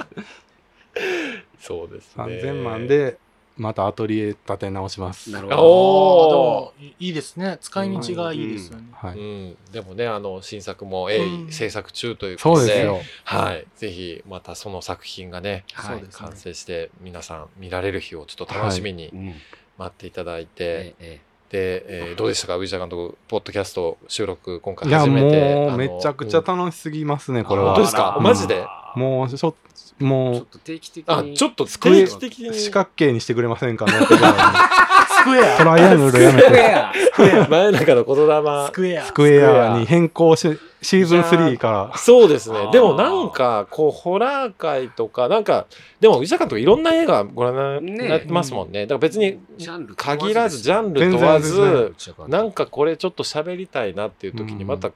そうですね。
3000万。で、またアトリエ立て直します。
なるほ
お
ど。
お
あーでもいいですね。使い道がいいですよね。
は
う
い。
ん、でもね、あの、新作も鋭
う
意
ん
制作中ということ
そう
で、
ですよ。
はい。ぜひ、またその作品がね、
はい
そうですね
完成して、皆さん見られる日をちょっと楽しみに
うん
待っていただい
え
て、
え
で、えーどうでしたか、藤田監督、ポッドキャスト収録、今回
いや、
初めて。
も
あ
う、
の
めちゃくちゃ楽しすぎますね、これ
本当で
は
す。か
マジ
で
もう、しょ、
う
も
んちょっ
う、
と定期的に。
あ、ちょっと作り
定期
的に。
四角形にしてくれません かね。ここは
スクエ
ト
ア。
ライアングルやめ
い
て。
や
前中の言
ス
霊。
クエア
ス。クエアに変更し、シーズン3から。
そうです
あ
ね
ー。
でもなんか、こう、ホラー界とか、なんか、でも、藤田監督いろんな映画ご覧に
ねえ
なってますもんね。だから別に、
ジャンル
限らず、ジャンル
全
問
然
わ
全
ず、なんかこれちょっと喋りたいなっていう時にまた来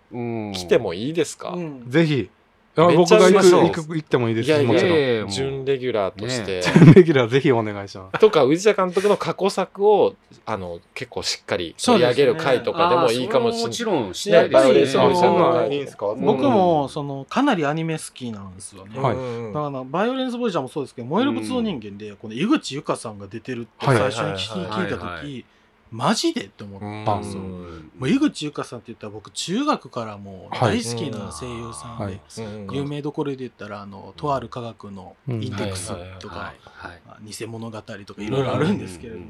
来
てもいいですか、
うん
ぜひ。あ
めっ
僕
ちゃ行き
が行
ま
く
しょう
行く行ってもいいで
いや
す。
いや
もちろん。
ええもう
準レギュラーとして、
レギュラーぜひお願いします。
とか藤田監督の過去作をあの結構しっかり取り上げる回とかでもいいかもしれ
あー
ない
それももちろんし
や
な
っ
い
ぱり
で
俺
す
そ
あ
う
そんなん
いいんすか
うん
僕も、その、かなりアニメ好きなんですよね。
はい
うん
だからバイオレンス・ボイジャーもそうですけど「燃える仏像人間で」この井口由香さんが出てるって
はい
最初に聞き
はい
聞いた
はいは
時マジでって思って
パン
う
そ
ん
もう井口由香さんって言ったら僕中学からもう
はい
大好きな声優さんで、
はい
うん
有名どころで言ったらあのとある科学のインデックスとか
はいはい
まあ偽物語とかいろいろあるんですけれども、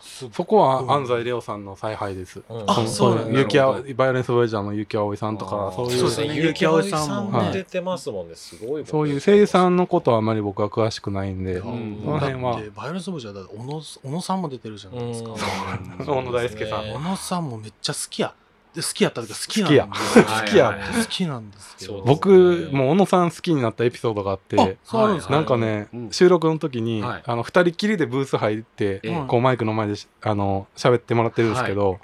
そこは安西レオさんの采配です。
うん
あ
の
そうなんだ
の雪あバイオレンス・ボイジャーの雪葵さんと
あ
か
ー、
そう
そうです
い
ね
う、
そうですね
結城葵さん
は
も
い
出てますもんねすごい
そういう声優さ
ん
んのことはあまり僕は詳しくないんで、
う
そ
ん
の辺は
だってバイオレンス・ボイジャーだって小野小野さんも出てるじゃないですか、
ん小野大輔さん
小野さんもめっちゃ好きやで好きやった時好きなん
好
ですよ
好きや
はいはいはい
好きなんですけど
そう
僕、もう小野さん好きになったエピソードがあっ
あ
て、
そうなんですか、
なんかね
う、ん
収録の時に、
はい
あの、二人きりでブース入って、
ええ
こうマイクの前でし、あの、喋ってもらってるんですけど、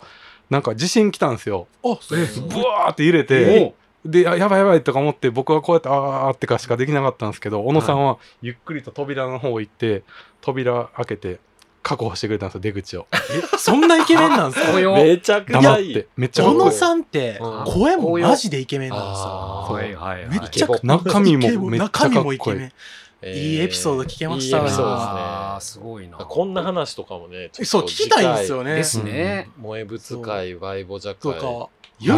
なんか地震来たんですよ。
あそう
え
ブワーって揺れて、で、あやばいやばいとか思って、僕はこうやって、あーってかしかできなかったんですけど、小野さんはゆっくりと扉の方行って、扉開けて、確保してくれたんですよ、出口を。
えそんなイケメンなんですか
およ
めちゃくち
黙
ゃ
っ
いい
て、めっちゃ
小
かっこ
野
いい
さんって
うん
声もマジでイケメンなんです
あ
よ。
ー
はいはいはい
めっちゃくちゃ
中身もめっちゃか
中
っこいい
身もイケメン。
えー
いいエピソード聞けました
いい
わ
エピソード
あー
です
す
ね
ごいな。
こんな話とかもねちょっと
そう聞きたいんです
次回
よね。
ですね。
萌え仏会バイボジャ
と
会
か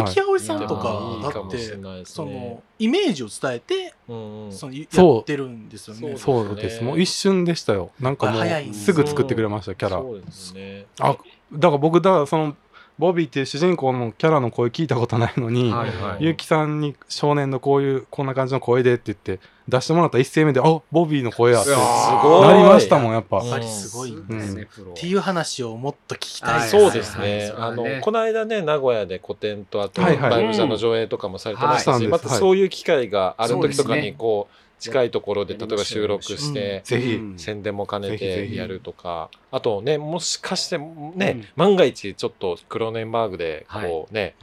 結城葵さんと
いい
か
か
だっ
もしれ
て
ないです
そ
ね
のイメージを伝えて
うんうん
そのや
そう
ってるんですよね。
そうです。もう一瞬でしたよ。なんかも
あ早いん
う、
です
すぐ作ってくれました、キャラ。
そうですね
あ、だから僕、だからその、ボビーっていう主人公のキャラの声聞いたことないのに、
はいは
ゆうきさんに少年のこういうこんな感じの声でって言って出してもらった一声目で「あボビーの声や」って
う
な
わ
ごい
りましたもんやっぱ
やっぱりすごいん
で
ですす
ね、
ね。
プ
っ
ロ。
ていう話をもっと聞きたい
はい
そうです
はいはい
ね。あの
そうだね、
この間ね、名古屋で個展と、あと、
はいはい
バイブさんの上映とかもされてまし
は
た
い
し、またそういう機会がある時とか
そうです
に、
ね
こう、近いところで、例えば収録
やりま
し
しょう
て、
ぜひ
うん
宣伝も兼ね
ぜひぜ
て
ひ
やるとか、あとね、もしかしてね、万が一ちょっとクローネンバーグで、こうね、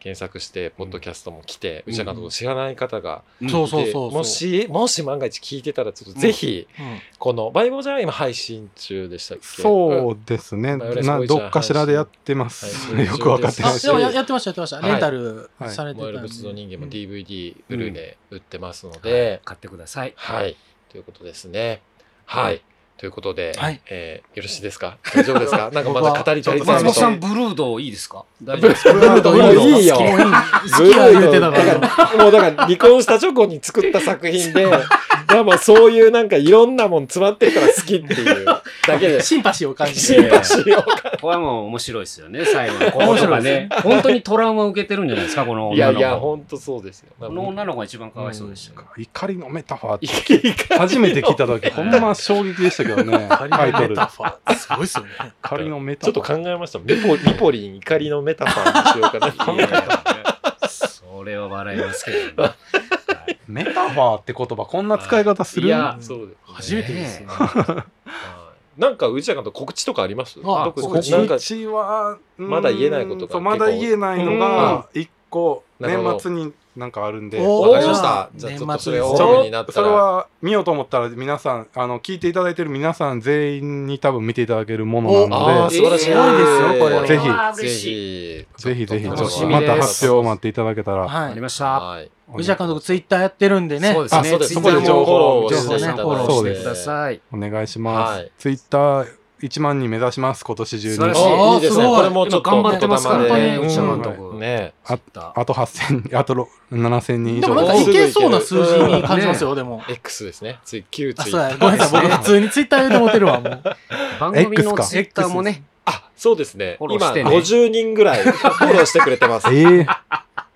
検索して、ポッドキャストも来て、
うん
うちらのこと知らない方が、
うんそうそう
で
そうそう。
もし、もし万が一聞いてたら、ちょっとぜひ、
うん、
この、バイボージャーは今配信中でしたっけ
そうですね、
まあ俺
な
すごいじゃあ
どっかしらでやってます、
はい
よくわかってな
あ
い
そう
で
で
すもややってましたやってました
はい
レンタルされてた
燃え
ん
る
で
仏像人間も DVD、
う
ブ
ん
ルーレイ売ってますので、
買ってください。
はい、ということですね。はい。ということで、
はい
えーよろしいですか大丈夫ですかなんかまだ語りたい
僕は
松
ちょっと
こ
本さ
と
ん、ブルードいいですか大丈夫ですか
ブルードいい
もう
の
いいよ
好き好
ブル
きが
ー
言うて
の
たから。
もうだから離婚した直後に作った作品で、まあもうそういうなんかいろんなもん詰まってるから好きっていうだけ で、
シンパシーを感じ
シン
て。
パシーを
これはもう面白いですよね、最後の。この人がね、本当にトラウマを受けてるんじゃないですか、この
いや
女の
い
子。
や、ほんとそうですよ。
この女の子が一番かわいそうでしたけど。
怒りのメタファーって初
初
めて聞いた時ほんま衝撃でしたけどねタイトル
ファー。すごいっすよね。
怒りのメタ
ちょ
フ
っ
ァ
と
ー
考えました。ミポミポリン怒りのメタファーにしようかな。
い やいやそれは笑いますけどね。はい
メタファーって言葉こんな使い方する
いや
そうで
初
す、
めてですよ。
はいなんか、うちらかと告知とかあります
あ
特に
告
なんか、
知はうん
まだ言えないことが
そうまだ言えないのが一個
なるほど
年末になんかあるんで
お
わかりました。
おー
じゃあ、ちょっとそれ
ち
を
ょ
ー
オフになっ
そ
た
れ
ら。
は見ようと思ったら皆さんあの聞いていただいてる皆さん全員に多分見ていただけるものな
あ
の
ー
で
素晴らしい。
えーすごいですよこれは
ぜひ
あー
ぜ
嬉しい
ひ。
ぜひぜひ
ちょっ
楽しみ
ま
です
た発表を待っていただけたら
は
あり
い。
ました。
はい。
宇治田監督ツイッターやってるんでね。
そうです
あ
ね。
そうです
ツイッター
そこで情報を
情報を
していただいて
フォロー
そ
し
う
て
です
ください。
お願いします、
はい
ツイッター1万人目指します今年中
素晴ら
に
しい
あいいですね。
すごい
これもちょっと
今頑張ってますからね、
言
内田
葉
監
で
督。
ね。ね
あと8000あと ろ7000人以
で
上
もなんかいけそうな数字に感じます
う
よ、でも。
X ですね。つい、旧
あ、
ツイ
そうや。ごめんなさい。
ね
僕普通にツイッターで思ってるわ、もう。
番組のツイッターもね、
あ、そうですね。
フォロー
今、
してね
50人ぐらいフォローしてくれて ます。
ええ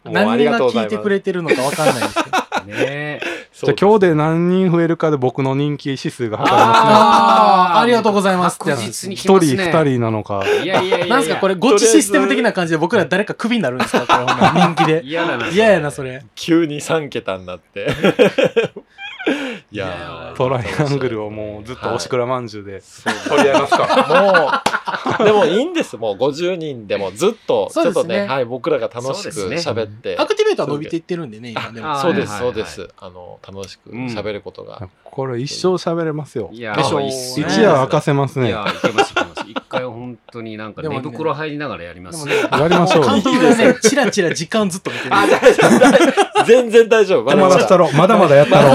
もうあ
何
り
人が
がとうござ
聞い
います
てくれてるのかわかんないですけど。
ね
そ
じ
う
ゃあ今日で何人増えるかで僕の人気指数が測れますね
ああ、ありがとうございますって
確
やつ。
実に来
一人
ますね。
二人な のか
人。いやいやいやいや。
なんすかこれ、ゴチシステム的な感じで僕ら誰かクビになるんですかこれほんま人気で。
嫌だな。
嫌やな、それ。
急に3桁になって。いやー
トライアングルをもうずっと押しくらまんじゅうで
取り上げますか。もう、でもいいんです。もう50人でもずっと、ち
そう
ょ
で
っ
すね
とね、はい、僕らが楽しく
そうですね
喋って
ア。クティベーターは伸びていってるんでね、今でも。
あ
そうです、
はい
そうです。あの、楽しく喋ることが。
これ一生喋れますよ
いや
でしょ
いいっす
一
ね
夜明かせます
い
ね
や、いけます、いけます。一回本当になんか
でも
寝
ね
袋入りながらやりま
ですも。ね、
やりましょう
監督がね、チラチラ時間ずっと見てる。
あ、大丈夫、大丈夫全然大丈 夫。まだ
ま
ま
だした
だ。
ろまだまだやったろ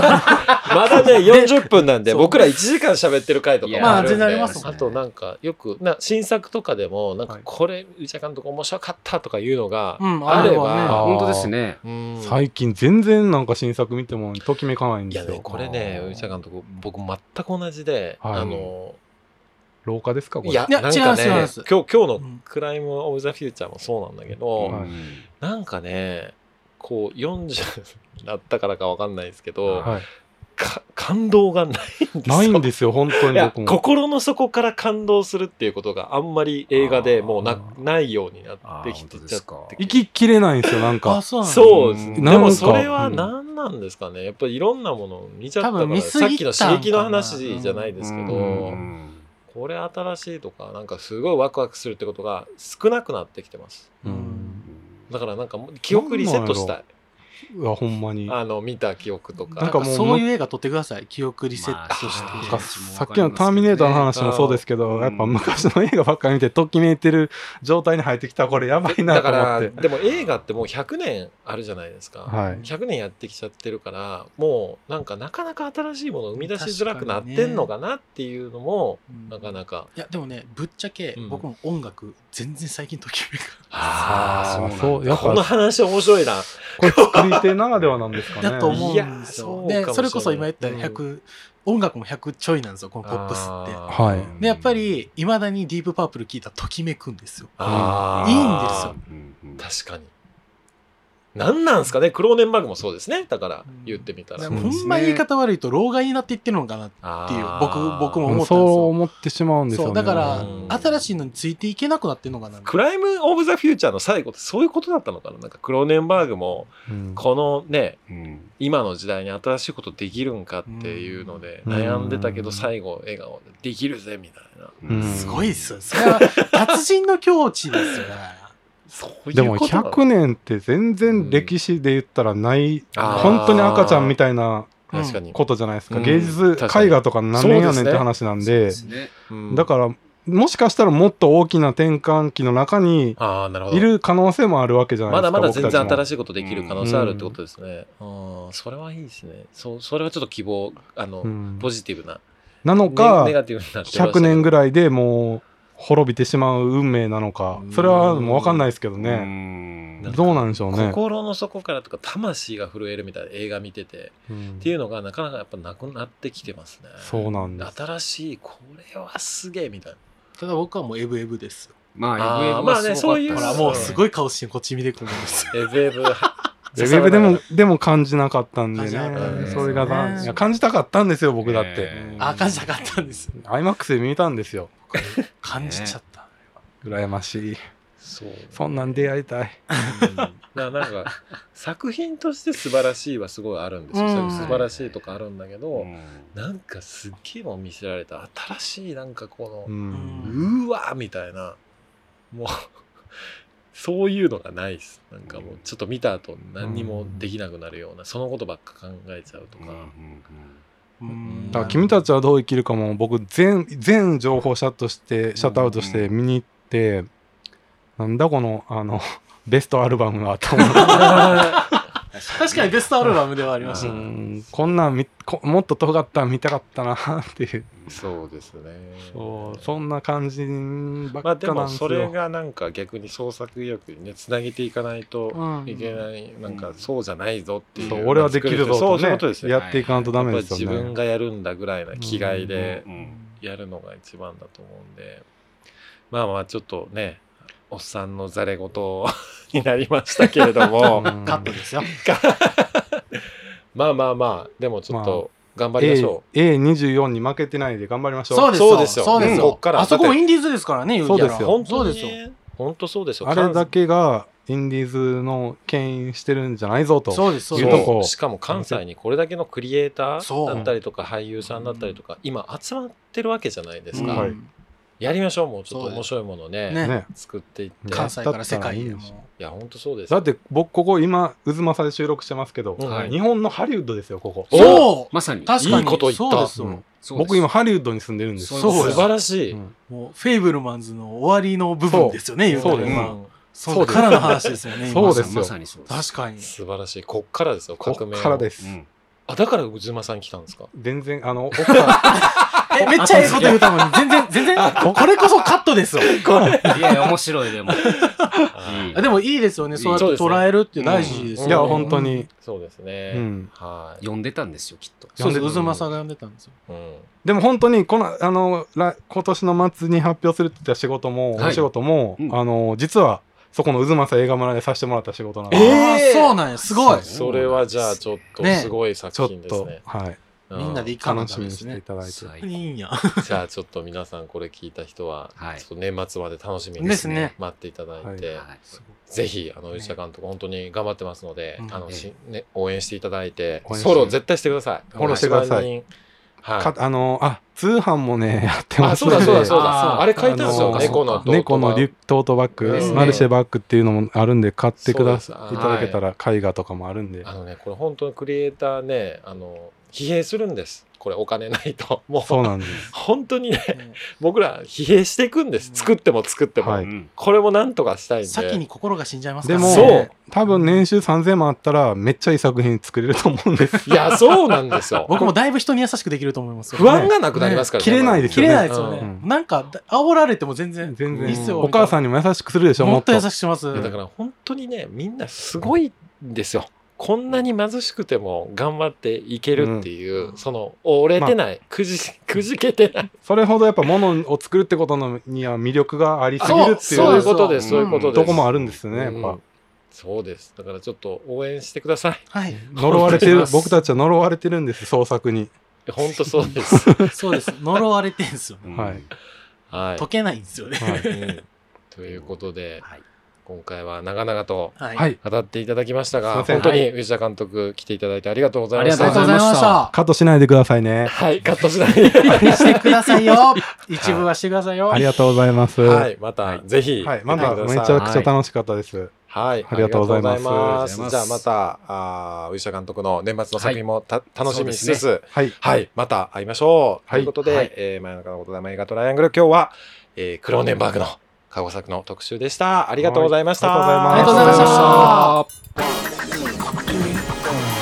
まだね、40分なんで、
そう
僕ら1時間喋ってる回とかも
ま
るん
あ
で
全然ありますもん
あ
ね
となんか、よく、な新作とかでも、なんか
はい、
これ、内田監督面白かったとかいうのが
う、ん、
あ
あ
れ
れ
ば
ば
あ
ね。
本当ですね。
うん
最近全然なんか新作見てもときめかないん
い
で
や
すよ
ね、これね、内田監督、僕全く同じで、
はい
あの、
廊下ですかこれ
いや、
いや
なんかね、
違い
今
ます
日、
違います
今日の
うん
クライム・オブ・ザ・フューチャーもそうなんだけど、
はい
なんかね、こう、40だったからかわかんないですけど、
はい
か感動がないんですよ。
ないんですよ本当
い
に
や
僕も
心の底から感動するっていうことがあんまり映画でもうな
あー
ないようになってき
あー本
て
当で
ちゃ
す
っ
か
て
生ききれないんですよなん
あ、
か
そうなんだ
そうですね
うん
で
なん
も
か
それは何なんですかねやっぱりいろんなものを見ちゃったか
多分
ら
見
さ
過
っ
ぎ
き
た
の
のかな
刺激の話じゃないですけど、
うん
これ新しいとかなんかすごいワクワクするってことが少なくなってきてます
うん
だからなんかもう記憶リセットしたい
いやほんまに
あの見た記憶とか
なん
なんか
か
もう
そういう映画撮ってください。記憶リセ
ま
ッ
あ
トして。
そう
か
か
さっきの「ターミネーター」の話もそうですけど、
うん
やっぱ昔の映画ばっかり見てときめいてる状態に入ってきたらこれやばいな
だか
と思っ
ら
て
でも映画ってもう100年あるじゃないですか、
はい
100年やってきちゃってるからもうなんかなかなか新しいものを生み出しづらくなってんのかなっていうのも
うん
なかなか
いや、でもね、ぶっちゃけ
うん
僕も音楽全然最近ときめか
あ
あ
あ
ー
そう
そうやっ
この
ぱ
話面白いな
これ作り手ならではなんですかね
だと思う
いや
んです
そうか
よ。で
もしれない
それこそ今言った
うん
100、音楽も100ちょいなんですよこのポップスって。
あー
はい
うん
でやっぱりいまだにディープパープル聞いたらときめくんですよ。
あー
いいんですよ
うんうん
確かに。なんなんですかね、クローネンバーグもそうですね。だから
うん
言ってみた
だ
ら。
から
う
ほ
ん
んま言い方悪いと老害になっていってるのかな。
っ
っていう僕僕も
うんそう思ってしまうんですよ
そ
ね
うだから
うん
新しいのについていけなくなってるのかな。
クライム・オブ・ザ・フューチャーの最後ってそういうことだったのかななんかクローネンバーグも
うん
このね
うん
今の時代に新しいことできるんかっていうので
うん
悩んでたけど
うん
最後笑顔でできるぜみたいな
うん
すごいっすよ。それは達人の境地ですよね。
そう
で
いう
も
ことなの
100年って全然歴史で言ったらない、
あー
本当に赤ちゃんみたいな
確かに
ことじゃないですか、
うん
芸術
確かに
絵画とか何年やねんって話なん
そう
で
ですね。
うん
だからもしかしたらもっと大きな転換期の中に
ああなるほど
いる可能性もあるわけじゃないで
ます
か
だまだ全然新
しい
しいことできる可能性あるってことですねうんそれはいいですねそうそれはちょっと希望あのポジティブな
なの
ね
か
ネガティブになって
100年
ぐ
ぐらいでもう滅びてしまう運命なのかそれはもう分かんないですけどね
ね
うん
どうなんでしょうね、
心の底からとか魂が震えるみたいな映画見てて
うん
っていうのがなかなかやっぱなくなってきてますね
そうなんです
新しいこれはすげえみたいな
ただ僕はもうエブエブですよ。
ま
あー
あ、
まあねそういう
ほらもうすごい顔してこっち見てくるんですよ。
エブエブ
レベルでも、でも感じなかったんで
感じ
ね
なかったね。
それが
そう
な、
ね
いや感じたかったんですよ、僕だっ
え
て。
ー
あ感じなかったんです。
アイマックスで見たんですよ。
感じちゃった。
羨ましい。
そう
そんなん出会いたい。
うんだからなんか作品として素晴らしいはすごいあるんですよ、
うん
素晴らしいとかあるんだけど、
うん
なんかすっげえもん見せられた新しいなんかこ
う。
の、
うん
うーわーみたいなもうそういうのがないっすなんかもうちょっと見た後何にもできなくなるような、そのことばっか考えちゃうと
う
か、
ん
うん
だから君たちはどう生きるかも、僕、全、全情報シャットして、シャットアウトして見に行って、なんだこの、あの、 ベストアルバムはと思って
確かにベストアルバムではありまし
う
た。
んこんなんみこもっと尖ったん見たかったなっていう。
そうですね
そう、そんな感じばっ
まあ
か
で
なん
も
です
それ
よ。
がなんか逆に創作意欲にねつなげていかないと
うん
いけない、なんかそうじゃないぞっていう
そう俺はできるぞ
そうそうい
と
う
ね
ことですよやっ
やっていかんとダ
ぱ
メです
自
よね
分。がやるんだぐらいな気概で
うん
やるのが一番だと思うんでまあまあちょっとねおっさんのざれ言になりましたけれど も、
うん
カットですよ。
まあまあまあでもちょっと頑張りまし
A
ょう。
A24 に負けてないで頑張りましょう。
そうです
そう
よ。
ですよ
そうです
うんこっ
よ。
から
あそこもインディーズですからね、言たら
そうですよ
本
そ
当
う
に
ですよ。
ね本当そうですよ
あれだけがインディーズの牽引してるんじゃないぞと。
そうです、そう
言
で
うとこ
そうしかも関西にこれだけのクリエイター
そう
だったりとか俳優さんだったりとか今集まってるわけじゃないです
す。
か、
はい
うん
やりましょうもうちょっ
そう
と
です
面白いものをね
ね
ね
作っていって
関西から世界へ
だったらいい
も。
いや本当そうです
だって僕ここ今渦政で収録してますけど、
うん
はい
日本のハリウッドですよここ。
お
そ
まさに
う。確かに。
いいこと言った
そうです
う
よ
ん。僕今ハリウッドに住んでるんです
そう
です
素晴らしい、
うん
もう、フェイブルマンズの終わりの部分ですよね、言うた
そ
ら
うです
今。
そう
そっからの話ですよね、
そ
今
うですよ
まさにそうです。
確かに。
素晴らしいこっからですよ
こ
革命
っ
を
からです。
うん
あだから渦間さん来たんですか
全然あの奥さ
え、めっちゃええこと言うたのに、全然、全然、これこそカットですよ。
いやいや、面白い、でも。
あ
あでもいいですよね、そうやって
そうですね
捉えるって大事ですよ
ん
ね。
いや本当に。
そうですね、
うん
はい、
呼んでたんですよ、きっと。
そうです、
呼んで
渦政が呼んでたんですよ。
うん
でも本当にこのあの来今年の末に発表するって言った仕事も、
はい
お仕事も、
うん
あの実はそこの渦政映画村でさせてもらった仕事なんで、
えー
あーそうなんや、すごい。
それはじゃあちょっと
ね
すごい
ちょ
作
っ
品です
と、
ね
はい
うん
みんなで行かな
楽
かっ
し
です
たみにしてい
ね。
ただいて。
最
い
高
いんや。
じゃあちょっと皆さんこれ聞いた人は、
はい
ちょっと年末まで楽しみに
ですね。
待っていただいて、
はい
ぜひあの吉田監督、本当に頑張ってますので、
うん
あの
ええ
しね、応援していただいて
応援して
フォロー絶対してください
フォローしてくださ
1万
い
人はい
かあのあ通販もねやって
あ
ます
そうだそうだそうだ
あー
あれ書いてあるんです
あ
よ
の
猫の
猫のリュトートバッグ、
ですね
マルシェバッグっていうのもあるんで買ってくだ
そ
さ
うです
いただけたら絵画とかもあるんで、
あのねこれ本当にクリエイターねあの疲弊するんですこれお金ないとも
そう
う
なんです。
本当にね
ね
僕ら疲弊していくんです作っても作っても、
は
う
い
ん
これもなんとかしたいんで
先に心が死んじゃいますか
で
ら
も、
ね。
そう
多分年収3000万あったら、めっちゃいい作品作れると思うんです。
いやそうなんです よ
僕もだいぶ人に優しくできると思いますよ
不安がなくなりますからね
切れないです
切
よね。
れないですよね。
うん
なんか、煽られても全然、
全
いいっす
然。
よ
お母さんにも優しくするでしょ、
も
もっ
っと
と。
優しくします。
いやだから本当にねみんなすごいんですよこんなに貧しくても頑張っていけるっていう、
うん
その折れてない、くじくじけ てない
それほどやっぱ物を作るってことのには魅力がありすぎ
そう
るっていう
そういうことですそういうことです、
とこもあるんですよね、やっ
うん
ぱ。
そうですだからちょっと応援してくださ
はい。
呪われてる
本当に、
僕たちは呪われてるんです、創作に。
い本当そうです
そうです。呪われてんです よね。
はい
はい
解けないんですよね。
はい
うんということで
はい
今回は長々と
は。
はいい。
語っていただきましたが
す
本
いま
当
せん
に藤田監督来ていただいてありがとうございま
あ
し
りがとう
た
ございました。
カットしないでくださいね。
はいカットしないで
してくださいよ。一部はしてくださいよ。
ありがとうございます。
は
はい。
い、またぜひ、
まだ
出て
め
く
ち
だ
ゃ
さい
くちゃ楽しかったです。
はい、
ありがとうございます
ありがとうございま
ありが
じ
と
ゃあ
うご
ま
ざ
た、あーウイシャ監督の年末の作品もた、楽しみにしつつ、
はい。
はい、また会いましょう。
は
と
い
いうことで、
はい
えー、真夜中のことだ映画トライアングル、今日は、えー、クローネンバーグの過去作の特集でした。ありがとうございました。
はいあり
がとうございましたありがとうございました
ありがとうございました